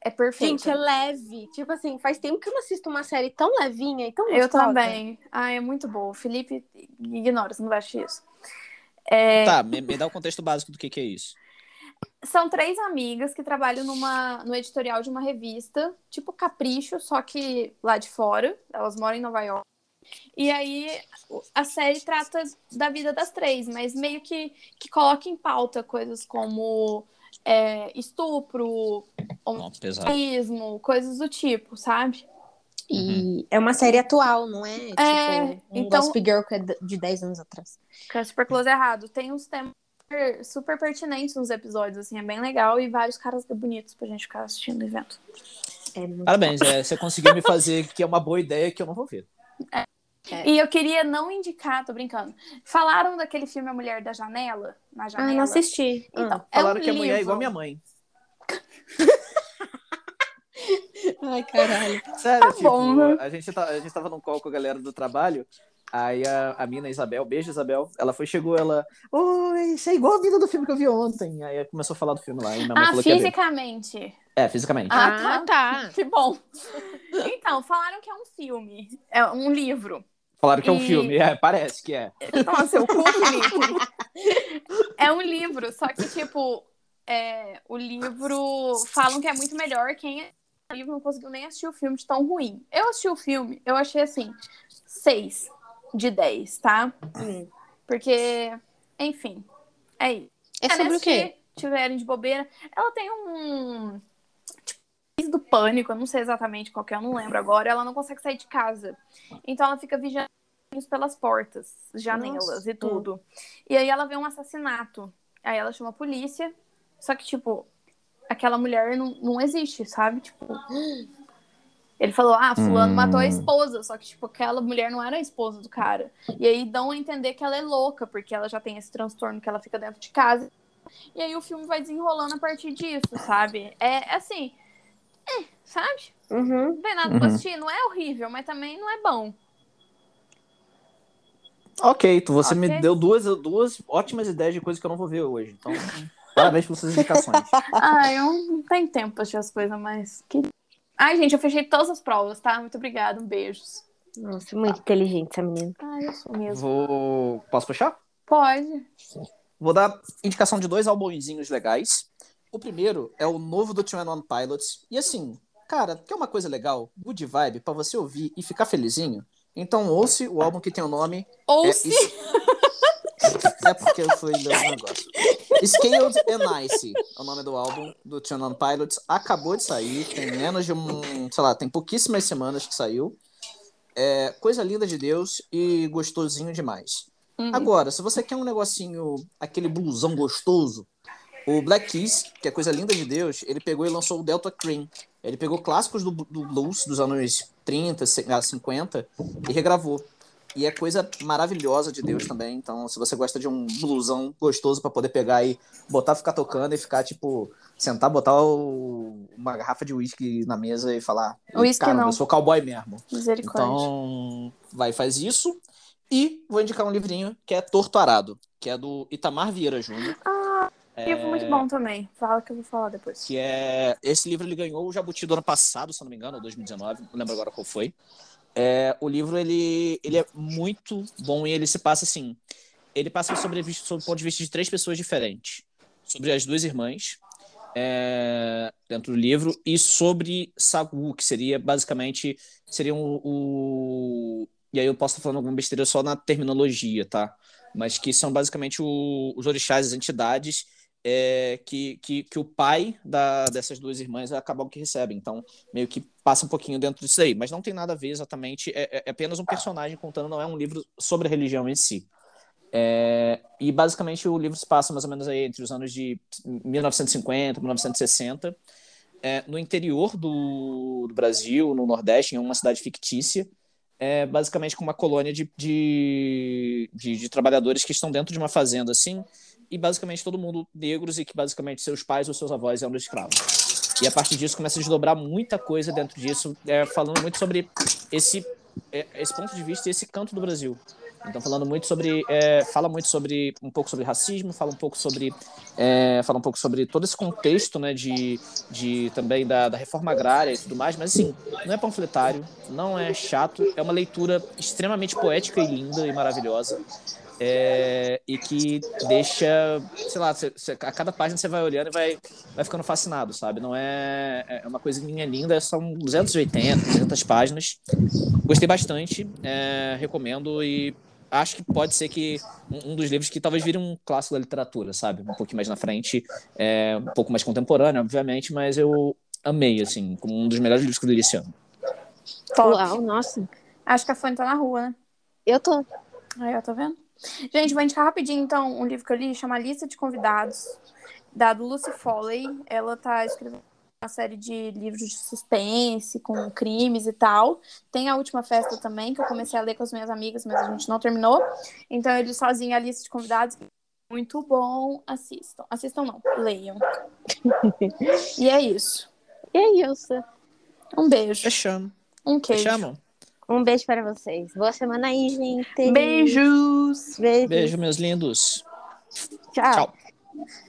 A: É perfeito.
D: Gente, é leve. Tipo assim, faz tempo que eu não assisto uma série tão levinha e tão gostosa.
A: eu também. Ah, é muito boa. Felipe, ignora, você não vai assistir isso. É,
B: Tá, me, me dá o contexto básico do que, que é isso.
A: São três amigas que trabalham numa, no editorial de uma revista, tipo Capricho, só que lá de fora. Elas moram em Nova York. E aí o- a série trata da vida das três, mas meio que, que coloca em pauta coisas como é, estupro,
B: Não, pesado.
A: racismo, coisas do tipo, sabe?
D: E é uma série atual, não é?
A: É,
D: tipo, um
A: então-
D: Gossip Girl que é d- de 10 anos atrás.
A: Que é super close errado. Tem uns temas super, super pertinentes nos episódios, assim, é bem legal. E vários caras bonitos pra gente ficar assistindo e vendo.
B: Parabéns, é, você conseguiu me fazer que é uma boa ideia que eu não vou ver.
A: É. E eu queria não indicar, tô brincando. Falaram daquele filme A Mulher da Janela? Na janela.
D: Ah, assisti.
C: Ah.
A: Então, é
B: Falaram
A: um
B: que a mulher é
A: livro.
B: igual minha mãe.
D: Ai, caralho.
B: Sério,
A: Tá
B: tipo,
A: bom, né?
B: a, gente tá, a gente tava num call com a galera do trabalho. Aí a, a mina Isabel, beijo Isabel, ela foi, chegou, ela. Oi, você é igual a mina do filme que eu vi ontem. Aí começou a falar do filme lá. E minha mãe
A: Ah,
B: falou que ia ver.
A: fisicamente.
B: É, fisicamente.
A: Ah,
D: Ah, tá.
A: Que bom. Então, falaram que é um filme. É um livro.
B: Falaram que é um
A: e-
B: filme, é, parece que é.
A: Nossa, um eu cu, Felipe. É um livro, só que, tipo, é, o livro. Falam que é muito melhor. Quem é o livro não conseguiu nem assistir o filme de tão ruim. Eu assisti o filme, eu achei assim, 6 de 10, tá?
D: Hum.
A: Porque, enfim, é isso.
D: É sobre o quê?
A: Se tiverem de bobeira, ela tem um. tipo, crise do pânico, eu não sei exatamente qual que é, eu não lembro agora. Ela não consegue sair de casa. Então ela fica vigiando pelas portas, janelas
D: Nossa.
A: e tudo. E aí ela vê um assassinato. Aí ela chama a polícia. Só que, tipo, aquela mulher não, não existe, sabe? Tipo. Ele falou, ah, fulano
B: Hum.
A: matou a esposa, só que, tipo, aquela mulher não era a esposa do cara. E aí dão a entender que ela é louca, porque ela já tem esse transtorno que ela fica dentro de casa. E aí o filme vai desenrolando a partir disso, sabe? É, é assim, é, sabe?
D: Uhum.
A: Não tem nada pra
B: Uhum.
A: assistir, não é horrível, mas também não é bom.
B: Ok, tu, você
A: Ok.
B: me deu duas, duas ótimas ideias de coisas que eu não vou ver hoje. Então, parabéns pelas suas indicações.
A: Ah, eu não tenho tempo pra assistir as coisas, mas. Que... Ai, gente, eu fechei todas as provas, tá? Muito obrigada, um beijos.
D: Nossa, muito inteligente essa menina.
A: Ai, eu sou mesmo.
B: Vou. Posso puxar?
A: Pode.
B: Vou dar indicação de dois albumzinhos legais. O primeiro é o novo do Twin One Pilots. E assim, cara, quer uma coisa legal? Good vibe, pra você ouvir e ficar felizinho? Então ouça o álbum que tem o nome.
A: Ou
B: é,
A: se.
B: Is- é porque eu fui ler o negócio. Scaled and Nice é o nome do álbum do Twin One Pilots. Acabou de sair, tem menos de um. Sei lá, tem pouquíssimas semanas que saiu. É coisa linda de Deus e gostosinho demais.
A: Uhum.
B: Agora, se você quer um negocinho, aquele blusão gostoso, o Black Keys, que é coisa linda de Deus, ele pegou e lançou o Delta Cream. Ele pegou clássicos do, do blues dos anos 30, se- ah, 50 e regravou. E é coisa maravilhosa de Deus também. Então, se você gosta de um blusão gostoso pra poder pegar e botar, ficar tocando e ficar, tipo, sentar, botar o- uma garrafa de uísque na mesa e falar:
A: Uísque
B: Caramba,
A: não.
B: eu sou cowboy mesmo.
A: Misericórdia.
B: Então, vai, faz isso. E vou indicar um livrinho que é Torto Arado, que é do Itamar Vieira Júnior.
A: E foi muito bom também. Fala que eu vou falar depois.
B: Então, é- Que é. Esse livro ele ganhou o Jabuti do ano passado, se eu não me engano, ou 2019, não lembro agora qual foi. É, o livro ele, ele é muito bom e ele se passa assim. Ele passa sobre, sobre o ponto de vista de três pessoas diferentes. Sobre as duas irmãs, é, dentro do livro, e sobre Sagu, que seria basicamente. Seria o. o- e aí eu posso estar falando alguma besteira só na terminologia, tá? Mas que são basicamente o- os orixás, as entidades é, que, que, que o pai da, dessas duas irmãs acabam que recebe. Então, meio que passa um pouquinho dentro disso aí. Mas não tem nada a ver exatamente. É, é- é apenas um personagem contando, não é um livro sobre a religião em si. É, e basicamente o livro se passa mais ou menos aí entre os anos de 1950, 1960, é, no interior do, do Brasil, no Nordeste, em uma cidade fictícia, é, basicamente com uma colônia de, de, de, de trabalhadores que estão dentro de uma fazenda assim, e basicamente todo mundo negros e que basicamente seus pais ou seus avós eram escravos. E a partir disso começa a desdobrar muita coisa dentro disso, é, falando muito sobre esse, é, esse ponto de vista e esse canto do Brasil. Então falando muito sobre, é, fala muito sobre um pouco sobre racismo, fala um pouco sobre, é, fala um pouco sobre todo esse contexto, né, de, de também da, da reforma agrária e tudo mais. Mas assim, não é panfletário, não é chato, é uma leitura extremamente poética e linda e maravilhosa. É, e que deixa, sei lá, cê- cê- a cada página você vai olhando e vai, vai ficando fascinado, sabe? Não é, é uma coisinha linda, são 280, 300 páginas. Gostei bastante, é, recomendo e acho que pode ser que um, um dos livros que talvez vire um clássico da literatura, sabe? Um pouquinho mais na frente, é, um pouco mais contemporâneo, obviamente, mas eu amei, assim, como um dos melhores livros que eu li esse ano.
A: Top.
C: Uau, nossa.
A: Acho que a Fanny tá na rua, né?
C: Eu tô.
A: Aí, ó, tá vendo? Gente, vou indicar rapidinho, então, um livro que eu li, chama Lista de Convidados, da Lucy Foley. Ela tá escrevendo uma série de livros de suspense, com crimes e tal. Tem a última festa também, que eu comecei a ler com as minhas amigas, mas a gente não terminou. Então, eu li sozinha a lista de convidados. Muito bom, assistam. Assistam não, leiam. e é isso.
C: E aí, Ilsa?
A: Um beijo,
B: Fechamos.
A: um queijo.
B: Fechamos.
C: Um beijo para vocês. Boa semana aí, gente.
A: Beijos!
C: Beijo.
B: Beijo, meus lindos.
C: Tchau.
B: Tchau.